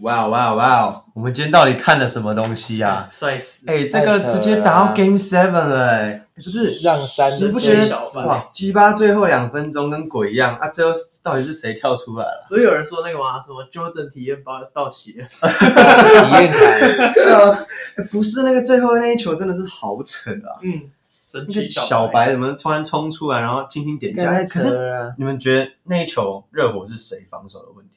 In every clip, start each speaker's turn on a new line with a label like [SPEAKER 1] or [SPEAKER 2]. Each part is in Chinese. [SPEAKER 1] 哇哇哇！我们今天到底看了什么东西啊？
[SPEAKER 2] 帅死！
[SPEAKER 1] 哎、这个直接打到 Game Seven 了、哎，就是
[SPEAKER 3] 让三的
[SPEAKER 1] 你
[SPEAKER 2] 你
[SPEAKER 1] 不
[SPEAKER 2] 不
[SPEAKER 1] 觉
[SPEAKER 2] 觉
[SPEAKER 1] 得
[SPEAKER 2] 得
[SPEAKER 1] 哇？鸡巴最后两分钟跟鬼一样啊！最后到底是谁跳出来了？
[SPEAKER 2] 不是有人说那个吗？什么 Jordan 体验包到齐了？
[SPEAKER 3] 体验 感，
[SPEAKER 1] 哎不是那个最后那一球真的是好扯啊！
[SPEAKER 2] 嗯，神
[SPEAKER 1] 那个
[SPEAKER 2] 奇
[SPEAKER 1] 小
[SPEAKER 2] 白
[SPEAKER 1] 白怎么突然冲出来，然后轻轻点一
[SPEAKER 3] 干
[SPEAKER 1] 下？哎
[SPEAKER 3] 太
[SPEAKER 1] 可
[SPEAKER 3] 扯
[SPEAKER 1] 是
[SPEAKER 3] 了啊。
[SPEAKER 1] 你们觉得那一球热火是谁防守的问题？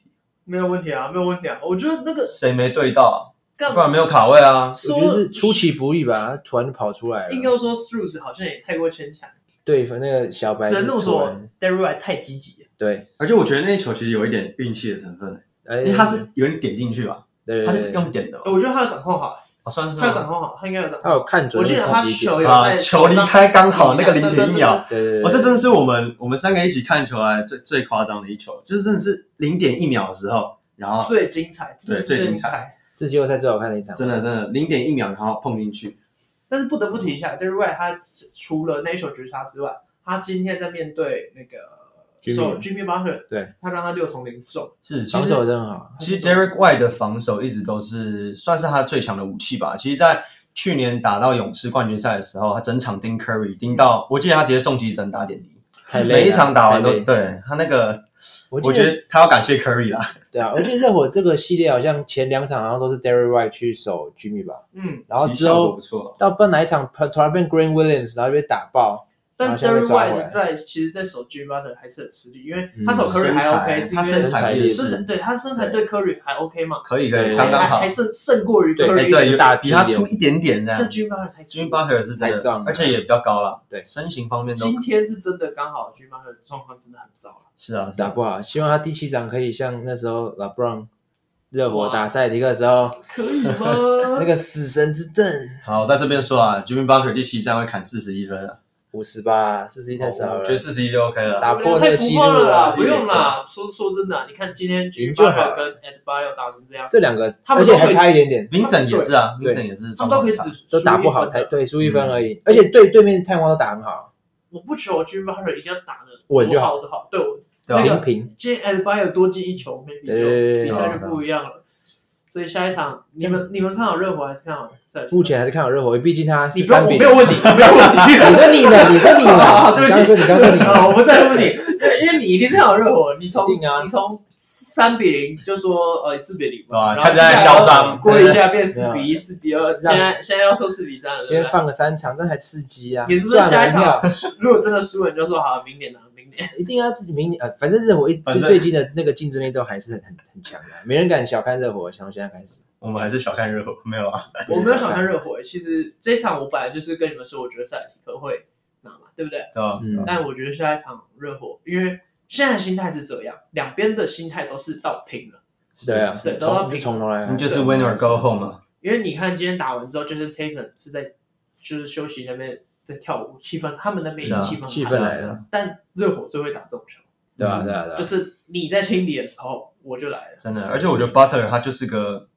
[SPEAKER 2] 没有问题啊，没有问题啊。我觉得那个
[SPEAKER 1] 谁没对到啊？
[SPEAKER 2] 干
[SPEAKER 1] 不然没有卡位啊！
[SPEAKER 2] 说
[SPEAKER 3] 我觉得是出其不意吧，他突然就跑出来
[SPEAKER 2] 硬
[SPEAKER 3] 了。
[SPEAKER 2] 要说 Struz 好像也太过牵强，
[SPEAKER 3] 对，反正那个小白
[SPEAKER 2] 只能这么
[SPEAKER 3] 突
[SPEAKER 2] 说
[SPEAKER 3] 然。
[SPEAKER 2] Derry White 太积极了，
[SPEAKER 3] 对，
[SPEAKER 1] 而且我觉得那一球其实有一点运气的成分，
[SPEAKER 3] 因
[SPEAKER 1] 因为他是有人点进去吧，
[SPEAKER 3] 对
[SPEAKER 1] 他
[SPEAKER 3] 对
[SPEAKER 1] 是
[SPEAKER 3] 对，
[SPEAKER 1] 用点的吧，
[SPEAKER 2] 我觉得他有掌控好，
[SPEAKER 1] 哦算是
[SPEAKER 2] 他有掌
[SPEAKER 1] 吗
[SPEAKER 2] 控好，他应该有掌控
[SPEAKER 3] 他有
[SPEAKER 2] 好。
[SPEAKER 3] 看准
[SPEAKER 2] 我
[SPEAKER 3] 那
[SPEAKER 2] 记
[SPEAKER 3] 个
[SPEAKER 2] 得他
[SPEAKER 3] 时机点。
[SPEAKER 2] 球有
[SPEAKER 1] 啊，
[SPEAKER 2] 在
[SPEAKER 1] 球离开刚好那个零点一秒，
[SPEAKER 3] 对对对，
[SPEAKER 1] 哦我、这真的是我们我们三个一起看球来最最夸张的一球，就是真的是零点一秒的时候，然后
[SPEAKER 2] 最精彩，真的是
[SPEAKER 1] 对最
[SPEAKER 2] 精
[SPEAKER 1] 精彩
[SPEAKER 2] 彩。
[SPEAKER 3] 这季后赛最好看的一场。
[SPEAKER 1] 真的真的零点一秒，然后碰进去，
[SPEAKER 2] 但是不得不提一下，Derry White 他除了那一球绝杀之外，他今天在面对那个
[SPEAKER 3] Jimmy
[SPEAKER 2] So- Jimmy Butler，
[SPEAKER 3] 对，
[SPEAKER 2] 他让他六同零中。
[SPEAKER 1] 是其
[SPEAKER 3] 防守
[SPEAKER 1] 实
[SPEAKER 3] 真好。
[SPEAKER 1] 其实 Derek White 的防守一直都是算是他最强的武器吧。其实，在去年打到勇士冠军赛的时候，他整场盯 Curry 盯到，我记得他直接送急诊打点滴，
[SPEAKER 3] 太累了，
[SPEAKER 1] 每一场打完都
[SPEAKER 3] 太累
[SPEAKER 1] 对他那个，
[SPEAKER 3] 我
[SPEAKER 1] 我
[SPEAKER 3] 记
[SPEAKER 1] 觉
[SPEAKER 3] 得
[SPEAKER 1] 得他要感谢 Curry 啦。
[SPEAKER 3] 对啊，我记得热火这个系列好像前两场好像都是 Derry White 去守 Jimmy 吧，
[SPEAKER 2] 嗯，
[SPEAKER 3] 然后
[SPEAKER 1] 其实
[SPEAKER 3] 之
[SPEAKER 1] 效果
[SPEAKER 3] 后
[SPEAKER 1] 不错，
[SPEAKER 3] 到不知道哪一场突然变 Green Williams，然后被打爆，然
[SPEAKER 2] 但
[SPEAKER 3] 后现在
[SPEAKER 2] Derry
[SPEAKER 3] 被抓回
[SPEAKER 2] White
[SPEAKER 3] 来
[SPEAKER 2] 在其实，在守 Jimmy Butler 还是很吃力，因为
[SPEAKER 3] 嗯
[SPEAKER 2] 他守 Curry
[SPEAKER 1] 身
[SPEAKER 2] 还
[SPEAKER 1] 材
[SPEAKER 2] OK，是因
[SPEAKER 1] 他
[SPEAKER 2] 为
[SPEAKER 1] 身材劣
[SPEAKER 3] 身
[SPEAKER 1] 势
[SPEAKER 2] 是，对他身材对 Curry 还 OK 嘛，
[SPEAKER 1] 可以可以
[SPEAKER 3] 对
[SPEAKER 1] 刚刚
[SPEAKER 2] 还
[SPEAKER 1] 好
[SPEAKER 2] 还，胜胜过于
[SPEAKER 3] 对
[SPEAKER 2] Curry
[SPEAKER 1] 哎
[SPEAKER 2] 一
[SPEAKER 1] 对，
[SPEAKER 2] 点
[SPEAKER 1] 有
[SPEAKER 3] 大
[SPEAKER 1] 比
[SPEAKER 3] 只
[SPEAKER 1] 他
[SPEAKER 3] 一点
[SPEAKER 1] 出一点点这样
[SPEAKER 2] 但。Jimmy Butler 才
[SPEAKER 1] Jimmy Butler 是真
[SPEAKER 3] 太
[SPEAKER 1] 的
[SPEAKER 3] 壮，了
[SPEAKER 1] 而且也比较高了，
[SPEAKER 3] 对
[SPEAKER 1] 身形方面都
[SPEAKER 2] 今天是真的刚好 Jimmy Butler 的状况真的很糟了，
[SPEAKER 1] 是啊，是
[SPEAKER 3] 打
[SPEAKER 1] 啊。
[SPEAKER 3] 不好。希望他第七场可以像那时候 LeBron 热火打赛迪克的时候
[SPEAKER 2] 可以
[SPEAKER 3] 那
[SPEAKER 2] 吗？
[SPEAKER 3] 个死神之盾
[SPEAKER 1] 好，我在这边说啊，Jimmy Butler 第七站会砍四十一分啊，
[SPEAKER 3] 五十吧，四十一太少
[SPEAKER 2] 哦
[SPEAKER 1] 我
[SPEAKER 3] 了
[SPEAKER 1] 觉。得四十一就 OK 了。
[SPEAKER 3] 打破那
[SPEAKER 2] 太
[SPEAKER 3] 个
[SPEAKER 2] 浮
[SPEAKER 3] 记录
[SPEAKER 2] 夸了啦，
[SPEAKER 3] 了，
[SPEAKER 2] 不用啦。说说真的，你看今天 Jimmy
[SPEAKER 3] 赢就好
[SPEAKER 2] Butler
[SPEAKER 3] 了
[SPEAKER 2] 跟 Ed Bio 打成这样，
[SPEAKER 3] 这两个，
[SPEAKER 2] 他
[SPEAKER 3] 而
[SPEAKER 2] 们
[SPEAKER 3] 且
[SPEAKER 2] 都
[SPEAKER 3] 还
[SPEAKER 2] 可以
[SPEAKER 3] 差一点点，
[SPEAKER 1] Vincent 也是啊
[SPEAKER 3] 对
[SPEAKER 1] ，Vincent 也是
[SPEAKER 2] 他
[SPEAKER 1] 状
[SPEAKER 2] 们都
[SPEAKER 1] 况
[SPEAKER 2] 可以
[SPEAKER 1] 差
[SPEAKER 2] 只，输
[SPEAKER 3] 都打不
[SPEAKER 2] 一
[SPEAKER 3] 好
[SPEAKER 2] 分
[SPEAKER 3] 才
[SPEAKER 2] 的。嗯
[SPEAKER 3] 对，输一分而已。而且对对面太阳光都打很好，
[SPEAKER 2] 我不求 Jimmy Butler 一定要打的
[SPEAKER 3] 稳就好
[SPEAKER 2] 好的好，对我
[SPEAKER 1] 对啊吧、
[SPEAKER 2] 那
[SPEAKER 3] 平
[SPEAKER 2] 个
[SPEAKER 3] 平。
[SPEAKER 2] 今天 Ed Bio 多进一球，maybe
[SPEAKER 3] 对
[SPEAKER 2] 就比赛就不一样了。所以下一场，你们你们看好热火还是看好赛尔？
[SPEAKER 3] 目前还是看好热火，毕竟他
[SPEAKER 2] 你
[SPEAKER 3] 是
[SPEAKER 2] 不要，
[SPEAKER 3] 三
[SPEAKER 2] 我
[SPEAKER 3] 比
[SPEAKER 2] 没有问你，我没有问你。
[SPEAKER 3] 你 说你 呢？你说你
[SPEAKER 2] 啊
[SPEAKER 3] 呢？
[SPEAKER 2] 对不
[SPEAKER 3] 你
[SPEAKER 2] 起
[SPEAKER 3] 刚说你 刚说你
[SPEAKER 2] 啊，我不在乎你， 对，因为你一定是有热火，你从
[SPEAKER 3] 一定啊
[SPEAKER 2] 你从三比零就说呃四比零
[SPEAKER 1] 对吧、
[SPEAKER 2] 嘛，然后
[SPEAKER 1] 看起来嚣张，嗯
[SPEAKER 2] 过一
[SPEAKER 1] 对
[SPEAKER 2] 下变四比一、四比二，现在现在要说四比三了，对
[SPEAKER 3] 先
[SPEAKER 2] 不对？
[SPEAKER 3] 放个三场，这还刺激啊！
[SPEAKER 2] 你是不是下一
[SPEAKER 3] 这样
[SPEAKER 2] 场
[SPEAKER 3] 难料
[SPEAKER 2] 如果真的输了，你就说好，明年啊，明 年。
[SPEAKER 3] 一定要明年？呃，反正热火一
[SPEAKER 1] 反正
[SPEAKER 3] 最最近的那个竞争力都还是很很很强的，啊没人敢小看热火。从现在开始，
[SPEAKER 1] 我们还是小看热火，没有啊？
[SPEAKER 2] 我没有想看热火，其实这一场我本来就是跟你们说，我觉得塞尔提克会拿嘛，对不对？
[SPEAKER 1] 对吧、
[SPEAKER 3] 嗯
[SPEAKER 2] 但我觉得下一场热火，因为现在的心态是这样，两边的心态都是到平了，
[SPEAKER 3] 对啊，
[SPEAKER 2] 是都要
[SPEAKER 3] 从
[SPEAKER 2] 平
[SPEAKER 3] 就从头来看，
[SPEAKER 1] 你就是 win or go home 嘛。
[SPEAKER 2] 因为你看今天打完之后，就是 Taken 是在就是休息那边在跳舞，气氛他们那边
[SPEAKER 1] 是啊
[SPEAKER 2] 已经气氛
[SPEAKER 3] 气
[SPEAKER 2] 很
[SPEAKER 3] 氛
[SPEAKER 2] 好
[SPEAKER 3] 来
[SPEAKER 1] 是啊
[SPEAKER 3] 了，
[SPEAKER 2] 但热火最会打这种球，
[SPEAKER 3] 对啊，对啊，对啊，
[SPEAKER 2] 就是你在清理的时候我就来了，
[SPEAKER 1] 真的。而且我觉得 Butler 他就是个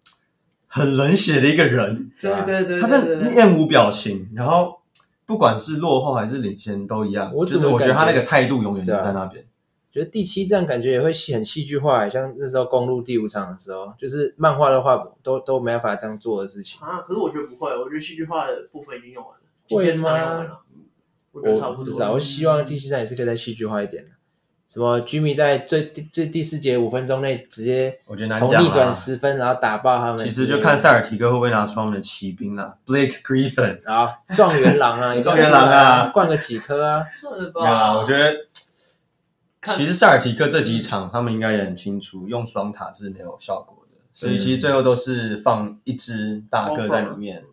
[SPEAKER 1] 很冷血的一个人，
[SPEAKER 3] 对啊
[SPEAKER 2] 对对
[SPEAKER 1] 他
[SPEAKER 2] 对
[SPEAKER 1] 在
[SPEAKER 2] 对对对，
[SPEAKER 1] 面无表情，然后不管是落后还是领先都一样。
[SPEAKER 3] 我
[SPEAKER 1] 就是
[SPEAKER 3] 怎么
[SPEAKER 1] 我觉得他那
[SPEAKER 3] 感觉
[SPEAKER 1] 个态度永远都
[SPEAKER 3] 对啊
[SPEAKER 1] 在那边。
[SPEAKER 3] 觉得第七站感觉也会戏很戏剧化，像那时候公路第五场的时候，就是漫画的话都都没办法这样做的事情。
[SPEAKER 2] 啊，可是我觉得不会，我觉得戏剧化的部分已经用完了，
[SPEAKER 3] 会吗
[SPEAKER 2] 今天场用完了，我觉得差
[SPEAKER 3] 我
[SPEAKER 2] 不
[SPEAKER 3] 不
[SPEAKER 2] 多
[SPEAKER 3] 知
[SPEAKER 2] 了，
[SPEAKER 3] 道，我希望第七站也是可以再戏剧化一点的。什么 Jimmy 在最第最第四节五分钟内直接
[SPEAKER 1] 我觉得难
[SPEAKER 3] 从
[SPEAKER 1] 讲
[SPEAKER 3] 逆转
[SPEAKER 1] 啊。
[SPEAKER 3] 十分，然后打爆他们之类
[SPEAKER 1] 其
[SPEAKER 3] 的。
[SPEAKER 1] 实就看塞尔提克会不会拿出他们的骑兵啦、Blake Griffin。
[SPEAKER 3] 啊，状元郎啊，
[SPEAKER 1] 状元郎啊
[SPEAKER 3] 灌个几颗啊，
[SPEAKER 2] 算了
[SPEAKER 1] 没有
[SPEAKER 2] 吧，
[SPEAKER 1] 啦，我觉得
[SPEAKER 2] 看
[SPEAKER 1] 其实塞尔提克这几场他们应该也很清楚，用双塔是没有效果的，所以其实最后都是放一只大个在里面，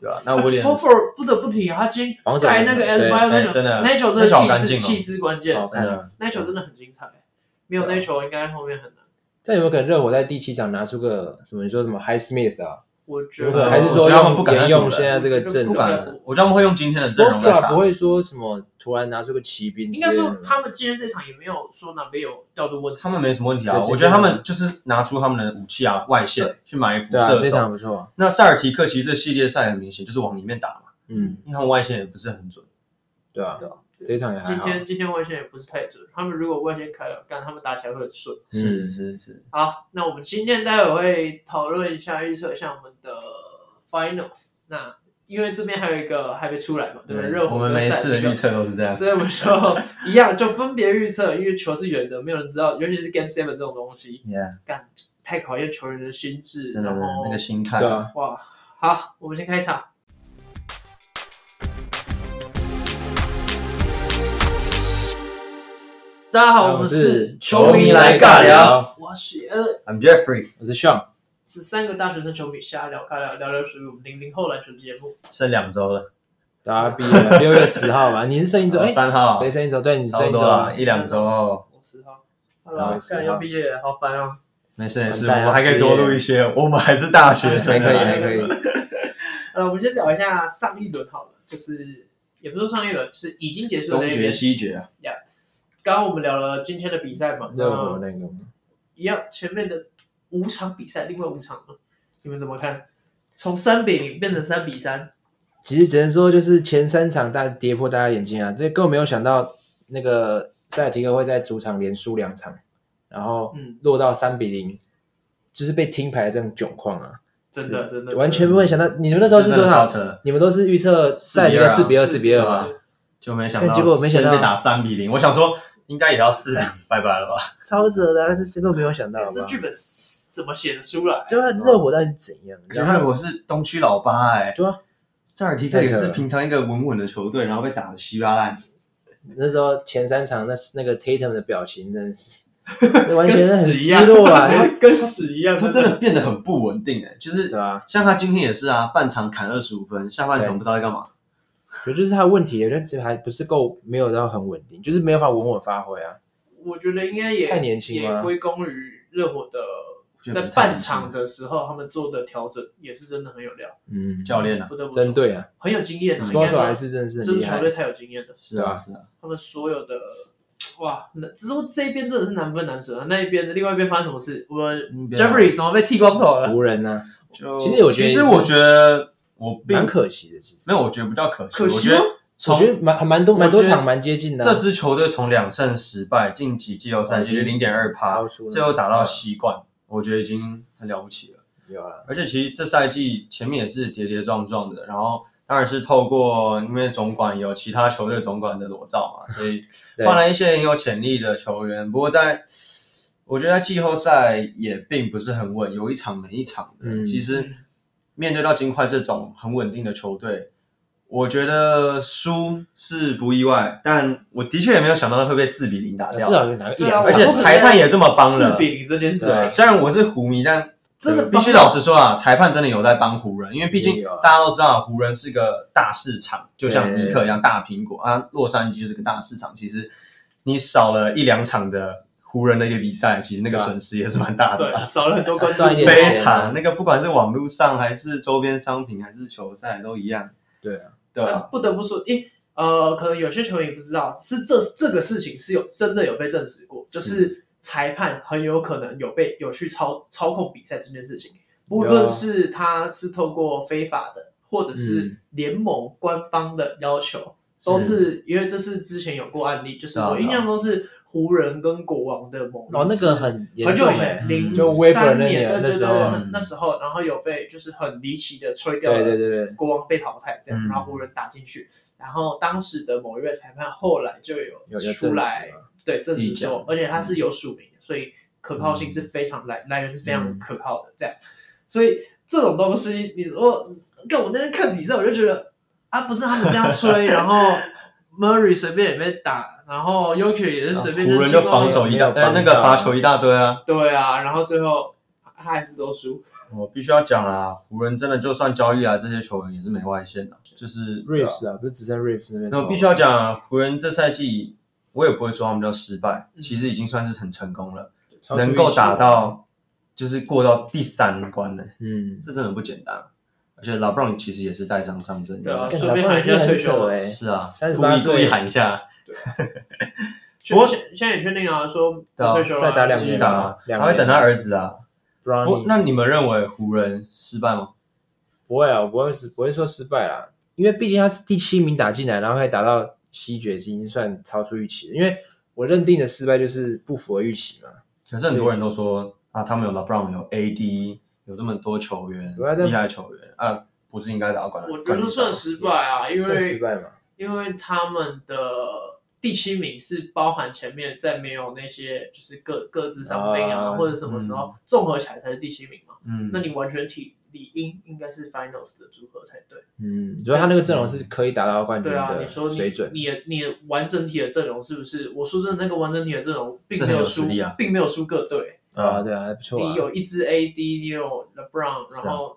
[SPEAKER 1] 对吧、那威廉
[SPEAKER 2] p o f e r 不得不提，他今天
[SPEAKER 3] 防守
[SPEAKER 2] 盖那个 L
[SPEAKER 3] 对
[SPEAKER 2] B 那
[SPEAKER 1] 哎
[SPEAKER 2] 球，
[SPEAKER 1] 真的
[SPEAKER 2] 那球
[SPEAKER 1] 那球好
[SPEAKER 2] 真的
[SPEAKER 1] 干
[SPEAKER 2] 气
[SPEAKER 1] 净
[SPEAKER 2] 势
[SPEAKER 1] 哦
[SPEAKER 2] 气势关键
[SPEAKER 3] 好，
[SPEAKER 1] 真的
[SPEAKER 2] 那球真的很精彩，没有那球应该后面很难，
[SPEAKER 3] 这有没有可能热火在第七场拿出个什么？你说什么 High Smith 啊？
[SPEAKER 2] 我觉
[SPEAKER 3] 有
[SPEAKER 2] 得
[SPEAKER 3] 可能还是
[SPEAKER 1] 我
[SPEAKER 3] 说
[SPEAKER 1] 觉得他们不
[SPEAKER 3] 用
[SPEAKER 1] 敢再
[SPEAKER 3] 沿
[SPEAKER 1] 赌
[SPEAKER 3] 用
[SPEAKER 1] 了
[SPEAKER 3] 现在这个阵
[SPEAKER 1] 不
[SPEAKER 3] 容？
[SPEAKER 1] 敢，我觉得他们会用今天的
[SPEAKER 3] s p
[SPEAKER 1] 阵
[SPEAKER 3] o
[SPEAKER 1] 容
[SPEAKER 3] t
[SPEAKER 1] 来
[SPEAKER 3] r
[SPEAKER 1] 打
[SPEAKER 3] 不。会说什么突然拿出个骑兵之
[SPEAKER 2] 应
[SPEAKER 3] 类的
[SPEAKER 2] 该
[SPEAKER 3] 吗，
[SPEAKER 2] 说他们今天这场也没有说哪边有调度问题，
[SPEAKER 1] 他们没什么问题啊
[SPEAKER 3] 对，
[SPEAKER 1] 我觉得他们就是拿出他们的武器啊，外线去埋伏
[SPEAKER 3] 对啊，
[SPEAKER 1] 射
[SPEAKER 3] 这
[SPEAKER 1] 手。
[SPEAKER 3] 场不错，
[SPEAKER 1] 那塞尔提克其实这系列赛很明显就是往里面打嘛，
[SPEAKER 3] 嗯，
[SPEAKER 1] 因为他们外线也不是很准。
[SPEAKER 3] 对啊
[SPEAKER 1] 对啊，
[SPEAKER 3] 这一场也还
[SPEAKER 2] 今
[SPEAKER 3] 好。嗯
[SPEAKER 2] 天今天外线也不是太准，他们如果外线开了，干他们打起来会很顺。
[SPEAKER 3] 嗯
[SPEAKER 1] 是是是，
[SPEAKER 2] 好，那我们今天待会会讨论一下，预测一下我们的 finals。那因为这边还有一个还没出来嘛，对不对？热火
[SPEAKER 1] 我们
[SPEAKER 2] 跟
[SPEAKER 1] 每一
[SPEAKER 2] 赛
[SPEAKER 1] 次的
[SPEAKER 2] 这个
[SPEAKER 1] 预测都是这样。
[SPEAKER 2] 所以我们说一样，就分别预测，因为球是圆的，没有人知道，尤其是 Game Seven 这种东西，
[SPEAKER 1] Yeah，
[SPEAKER 2] 太考验球员的心智，
[SPEAKER 1] 真的
[SPEAKER 2] 然
[SPEAKER 1] 是
[SPEAKER 2] 后
[SPEAKER 1] 那个心态
[SPEAKER 3] 对。啊，
[SPEAKER 2] 哇，好，我们先开场。大家好，我们是
[SPEAKER 1] 球迷来尬
[SPEAKER 2] 尬
[SPEAKER 1] 聊，
[SPEAKER 2] 我是 Allen，
[SPEAKER 1] I'm Jeffrey，
[SPEAKER 3] 我是 Sean，
[SPEAKER 2] 是三个大学生球迷瞎聊尬聊，聊聊属于我们零零后篮球节目。
[SPEAKER 1] 剩两周了，
[SPEAKER 3] 大家毕业了，六月十号嘛，你 是生一周，哎，
[SPEAKER 1] 三号，
[SPEAKER 3] 谁生一周？对，你
[SPEAKER 1] 差不
[SPEAKER 3] 生一周
[SPEAKER 1] 多
[SPEAKER 3] 啊
[SPEAKER 1] 啦，，一两周后，
[SPEAKER 2] 我是哈，好
[SPEAKER 3] 然
[SPEAKER 2] 了
[SPEAKER 3] 后，
[SPEAKER 2] 干
[SPEAKER 3] 10
[SPEAKER 2] 要
[SPEAKER 3] 号
[SPEAKER 2] 毕业了，好烦哦。
[SPEAKER 1] 没事没事，
[SPEAKER 3] 完蛋
[SPEAKER 1] 我们还可以
[SPEAKER 3] 要
[SPEAKER 1] 多
[SPEAKER 3] 失业
[SPEAKER 1] 录一些，我们还是大学
[SPEAKER 3] 还
[SPEAKER 1] 生
[SPEAKER 3] 可以，还
[SPEAKER 1] 啊。
[SPEAKER 3] 可以。
[SPEAKER 2] 好了，我们先聊一下上一轮好了，就是也不是上一轮，就是已经结束的那一轮。
[SPEAKER 1] 西决啊，
[SPEAKER 2] 刚刚我们聊了今天的比赛嘛，
[SPEAKER 3] 热火
[SPEAKER 2] 那
[SPEAKER 3] 那个吗，
[SPEAKER 2] 一样前面的五场比赛，另外五场呢，你们怎么看？从三比零变成三比三，
[SPEAKER 3] 其实只能说就是前三场大跌破大家眼睛啊，这根本没有想到那个塞尔提克会在主场连输两场，然后
[SPEAKER 2] 嗯
[SPEAKER 3] 落到三比零，就是被听牌的这种窘况啊，
[SPEAKER 2] 真的真的
[SPEAKER 3] 完全不会想到。你们那时候是
[SPEAKER 1] 这真的
[SPEAKER 3] 多少
[SPEAKER 1] 超？扯，
[SPEAKER 3] 你们都是预测塞尔提克四
[SPEAKER 1] 4
[SPEAKER 3] 比二、四比二啊
[SPEAKER 1] 吧
[SPEAKER 3] 嘛？
[SPEAKER 2] 对
[SPEAKER 1] 就没想到，
[SPEAKER 3] 但结果没想到
[SPEAKER 1] 被打三比零，我想说应该也要四零，拜拜了吧？
[SPEAKER 3] 超扯的、啊，这谁都没有想到好不
[SPEAKER 2] 这
[SPEAKER 3] 好？
[SPEAKER 2] 剧本是怎么写得出来？
[SPEAKER 3] 对啊，热火到底是怎样？ 然
[SPEAKER 1] 热
[SPEAKER 3] 后
[SPEAKER 1] 火是东区老八哎，
[SPEAKER 3] 对啊，
[SPEAKER 1] 塞尔提克也
[SPEAKER 3] 太扯
[SPEAKER 1] 是
[SPEAKER 3] 了
[SPEAKER 1] 平常一个稳稳的球队，然后被打得稀巴烂，
[SPEAKER 3] 那时候前三场那那个 Tatum 的表情真的是，完全是很
[SPEAKER 2] 跟屎一样
[SPEAKER 3] 失落啊，他
[SPEAKER 2] 跟屎一样，
[SPEAKER 1] 他真
[SPEAKER 2] 真
[SPEAKER 1] 的变得很不稳定哎、就是
[SPEAKER 3] 对啊吧、
[SPEAKER 1] 像他今天也是啊，半场砍二十五分，下半场
[SPEAKER 3] 对嗯
[SPEAKER 1] 不知道在干嘛。
[SPEAKER 3] 我觉得是他的问题，我觉得这还不是够，没有到很稳定，就是没有办法稳稳发挥啊。
[SPEAKER 2] 我觉得应该也
[SPEAKER 3] 太年轻吗
[SPEAKER 2] 也归功于热火的
[SPEAKER 1] 觉得
[SPEAKER 2] 在
[SPEAKER 1] 不是太
[SPEAKER 2] 半
[SPEAKER 1] 年轻
[SPEAKER 2] 场的时候，他们做的调整也是真的很有料，
[SPEAKER 3] 嗯，
[SPEAKER 1] 教练啊，
[SPEAKER 2] 不得不说
[SPEAKER 3] 针对啊
[SPEAKER 2] 很有经验啊。应该
[SPEAKER 3] ，Sposo
[SPEAKER 2] 说
[SPEAKER 3] 还是真的是
[SPEAKER 2] 这
[SPEAKER 3] 很
[SPEAKER 2] 支
[SPEAKER 3] 厉
[SPEAKER 2] 球
[SPEAKER 3] 害
[SPEAKER 2] 队。太有经验了，
[SPEAKER 1] 是啊
[SPEAKER 3] 对啊
[SPEAKER 1] 是啊，
[SPEAKER 2] 他们所有的哇，那只是这一边真的是难分难舍啊。那一边的另外一边发生什么事？我们
[SPEAKER 1] 嗯
[SPEAKER 2] Jeffrey 怎么被剃光头了？
[SPEAKER 3] 湖人啊，
[SPEAKER 1] 就
[SPEAKER 3] 其实我觉得
[SPEAKER 1] 其实我觉得我并
[SPEAKER 3] 蛮可惜的，其实
[SPEAKER 1] 没有，我觉得不叫可惜，
[SPEAKER 2] 可
[SPEAKER 1] 我觉
[SPEAKER 2] 惜
[SPEAKER 1] 得
[SPEAKER 2] 吗
[SPEAKER 3] 我觉
[SPEAKER 1] 从
[SPEAKER 3] 得蛮还蛮多蛮多
[SPEAKER 1] 我觉得
[SPEAKER 3] 场蛮接近的啊、
[SPEAKER 1] 这支球队从两胜十败晋级季后赛，
[SPEAKER 3] 已
[SPEAKER 1] 其
[SPEAKER 3] 经
[SPEAKER 1] 实零点二趴
[SPEAKER 3] 超，出了
[SPEAKER 1] 最后打到西冠，我觉得已经很了不起了。
[SPEAKER 3] 有啊，
[SPEAKER 1] 而且其实这赛季前面也是跌跌撞撞的，然后当然是透过因为总管有其他球队总管的裸照嘛，所以
[SPEAKER 3] 对
[SPEAKER 1] 换来一些很有潜力的球员。不过在我觉得在季后赛也并不是很稳，有一场没一场的。
[SPEAKER 3] 嗯
[SPEAKER 1] 其实
[SPEAKER 2] 嗯
[SPEAKER 1] 面对到金块这种很稳定的球队，我觉得输是不意外，但我的确也没有想到会被四比零打
[SPEAKER 3] 呃至
[SPEAKER 1] 掉。
[SPEAKER 3] 少有拿个一
[SPEAKER 2] 对啊，
[SPEAKER 3] 两
[SPEAKER 1] 而
[SPEAKER 3] 场
[SPEAKER 1] 且
[SPEAKER 2] 我
[SPEAKER 3] 吧。
[SPEAKER 1] 裁判也这么帮了
[SPEAKER 2] 四比零这件事
[SPEAKER 1] 对，
[SPEAKER 2] 情，
[SPEAKER 1] 虽然我是湖迷，但
[SPEAKER 2] 真的
[SPEAKER 1] 必须
[SPEAKER 2] 帮到
[SPEAKER 1] 老实说啊，裁判真的有在帮湖人，因为毕竟
[SPEAKER 3] 也有啊
[SPEAKER 1] 大家都知道湖人是个大市场，就像
[SPEAKER 3] 对
[SPEAKER 1] 尼克一样大苹果啊，洛杉矶就是个大市场。其实你少了一两场的湖人的一个比赛，其实那个
[SPEAKER 3] 对啊
[SPEAKER 1] 损失也是蛮大的吧
[SPEAKER 2] 对，。啊少了很多关注
[SPEAKER 3] 赚一点
[SPEAKER 2] 度
[SPEAKER 1] 非
[SPEAKER 3] 钱
[SPEAKER 1] 常那个，不管是网络上还是周边商品还是球赛都一样，
[SPEAKER 3] 对啊，
[SPEAKER 1] 对
[SPEAKER 2] 但
[SPEAKER 1] 吧？
[SPEAKER 2] 不得不说，因呃，可能有些球员也不知道，是这这个事情是有真的有被证实过，就是裁判很有可能有被有去操操控比赛这件事情，不
[SPEAKER 3] 有
[SPEAKER 2] 论
[SPEAKER 3] 啊
[SPEAKER 2] 是他是透过非法的，或者是
[SPEAKER 3] 嗯
[SPEAKER 2] 联盟官方的要求，都是因为这是之前有过案例，就是
[SPEAKER 1] 啊
[SPEAKER 2] 我印象中是湖人跟国王的某
[SPEAKER 3] 哦，那
[SPEAKER 2] 一次
[SPEAKER 3] 个很严
[SPEAKER 2] 很
[SPEAKER 3] 重
[SPEAKER 2] 久以
[SPEAKER 3] 哎、
[SPEAKER 2] 前，
[SPEAKER 1] 欸
[SPEAKER 2] 零
[SPEAKER 1] 嗯
[SPEAKER 3] 就 Weber
[SPEAKER 2] 三
[SPEAKER 3] 那
[SPEAKER 2] 年，
[SPEAKER 3] 年
[SPEAKER 2] 对对
[SPEAKER 3] 那
[SPEAKER 2] 对，
[SPEAKER 3] 时候啊
[SPEAKER 2] 那那时候，然后有被就是很离奇的吹掉了，
[SPEAKER 3] 对对对对，
[SPEAKER 2] 国王被淘汰这样，
[SPEAKER 1] 嗯
[SPEAKER 2] 然后湖人打进去，然后当时的某一位裁判后来就有
[SPEAKER 3] 有有
[SPEAKER 2] 出
[SPEAKER 3] 证实
[SPEAKER 2] 来，
[SPEAKER 3] 啊
[SPEAKER 2] 对证
[SPEAKER 1] 自己
[SPEAKER 2] 实
[SPEAKER 1] 讲
[SPEAKER 2] 说，而且他是有署名的，所以可靠性是非常
[SPEAKER 3] 嗯
[SPEAKER 2] 来来源是非常可靠的这样，所以这种东西，你说，看我那天看比赛，我就觉得啊，不是他们这样吹，然后 Murray 随便也被打，然后 y o k i 也是随便
[SPEAKER 1] 湖人
[SPEAKER 2] 进
[SPEAKER 1] 就
[SPEAKER 2] 攻
[SPEAKER 1] 防守一大，
[SPEAKER 3] 没
[SPEAKER 1] 呃，
[SPEAKER 3] 有帮
[SPEAKER 1] 那个
[SPEAKER 3] 到
[SPEAKER 1] 罚球一大堆啊。
[SPEAKER 2] 对啊，然后最后他还是都输。
[SPEAKER 1] 我必须要讲啦，湖人真的就算交易啊，这些球员也是没外线的，就是对啊
[SPEAKER 3] Reeves 啊，不是只剩 Reeves 那边
[SPEAKER 1] 那
[SPEAKER 3] 走了。
[SPEAKER 1] 我必须要讲啊，湖人这赛季我也不会说他们叫失败，
[SPEAKER 2] 嗯
[SPEAKER 1] 其实已经算是很成功了，
[SPEAKER 3] 超出
[SPEAKER 1] 能够
[SPEAKER 3] 预期
[SPEAKER 1] 打
[SPEAKER 3] 啊，
[SPEAKER 1] 到就是过到第三关呢、
[SPEAKER 3] 嗯，
[SPEAKER 1] 这真的不简单。而且老布朗其实也是带伤上阵，
[SPEAKER 2] 对啊
[SPEAKER 3] 干
[SPEAKER 2] 顺便
[SPEAKER 3] 老布
[SPEAKER 2] 喊
[SPEAKER 3] 朗
[SPEAKER 2] 一下
[SPEAKER 3] 真的
[SPEAKER 2] 退
[SPEAKER 3] 很
[SPEAKER 2] 休
[SPEAKER 3] 扯
[SPEAKER 2] 了
[SPEAKER 3] 哎、
[SPEAKER 1] 是啊，
[SPEAKER 3] 38
[SPEAKER 1] 故意故意
[SPEAKER 3] 岁
[SPEAKER 1] 喊一下，
[SPEAKER 2] 确
[SPEAKER 1] 我
[SPEAKER 2] 现现在也确定了，说
[SPEAKER 1] 对啊
[SPEAKER 2] 退休了，
[SPEAKER 3] 再打两
[SPEAKER 1] 继
[SPEAKER 3] 年
[SPEAKER 1] 续打啊，
[SPEAKER 3] 两
[SPEAKER 1] 他会
[SPEAKER 3] 年
[SPEAKER 1] 等他儿子啊。不
[SPEAKER 3] Brownie，，
[SPEAKER 1] 那你们认为湖人失败吗？
[SPEAKER 3] 不会啊，我不会是不会说失败啦，因为毕竟他是第七名打进来，然后可以打到西决已经算超出预期了，因为我认定的失败就是不符合预期嘛。
[SPEAKER 1] 可是很多人都说啊，他们有 LeBron，有 AD，有这么多球员
[SPEAKER 3] 对啊这
[SPEAKER 1] 厉害的球员啊，不是应该打到冠
[SPEAKER 2] 我觉
[SPEAKER 1] 冠军
[SPEAKER 2] 得
[SPEAKER 1] 赛吗
[SPEAKER 2] 算失败啊，因
[SPEAKER 3] 算失
[SPEAKER 2] 为
[SPEAKER 3] 败嘛？
[SPEAKER 2] 因为他们的第七名是包含前面再没有那些就是各各自伤病啊
[SPEAKER 3] 啊
[SPEAKER 2] 或者什么时候综合起来才是第七名嘛，
[SPEAKER 1] 嗯，
[SPEAKER 2] 那你完全体理应应该是 Finals 的组合才对。
[SPEAKER 3] 嗯，你说他那个阵容是可以达到冠军
[SPEAKER 2] 对啊，你
[SPEAKER 3] 的
[SPEAKER 2] 说你
[SPEAKER 3] 水准，
[SPEAKER 2] 你的你的完整体的阵容是不是？我说真的，那个完整体的阵容并
[SPEAKER 1] 是
[SPEAKER 2] 没
[SPEAKER 1] 很有
[SPEAKER 2] 输
[SPEAKER 1] 实力啊，
[SPEAKER 2] 并没有输各队。
[SPEAKER 3] 啊，对啊，还不错啊
[SPEAKER 2] 你，有一支 AD，你有 LeBron，
[SPEAKER 1] 是啊
[SPEAKER 2] 然后、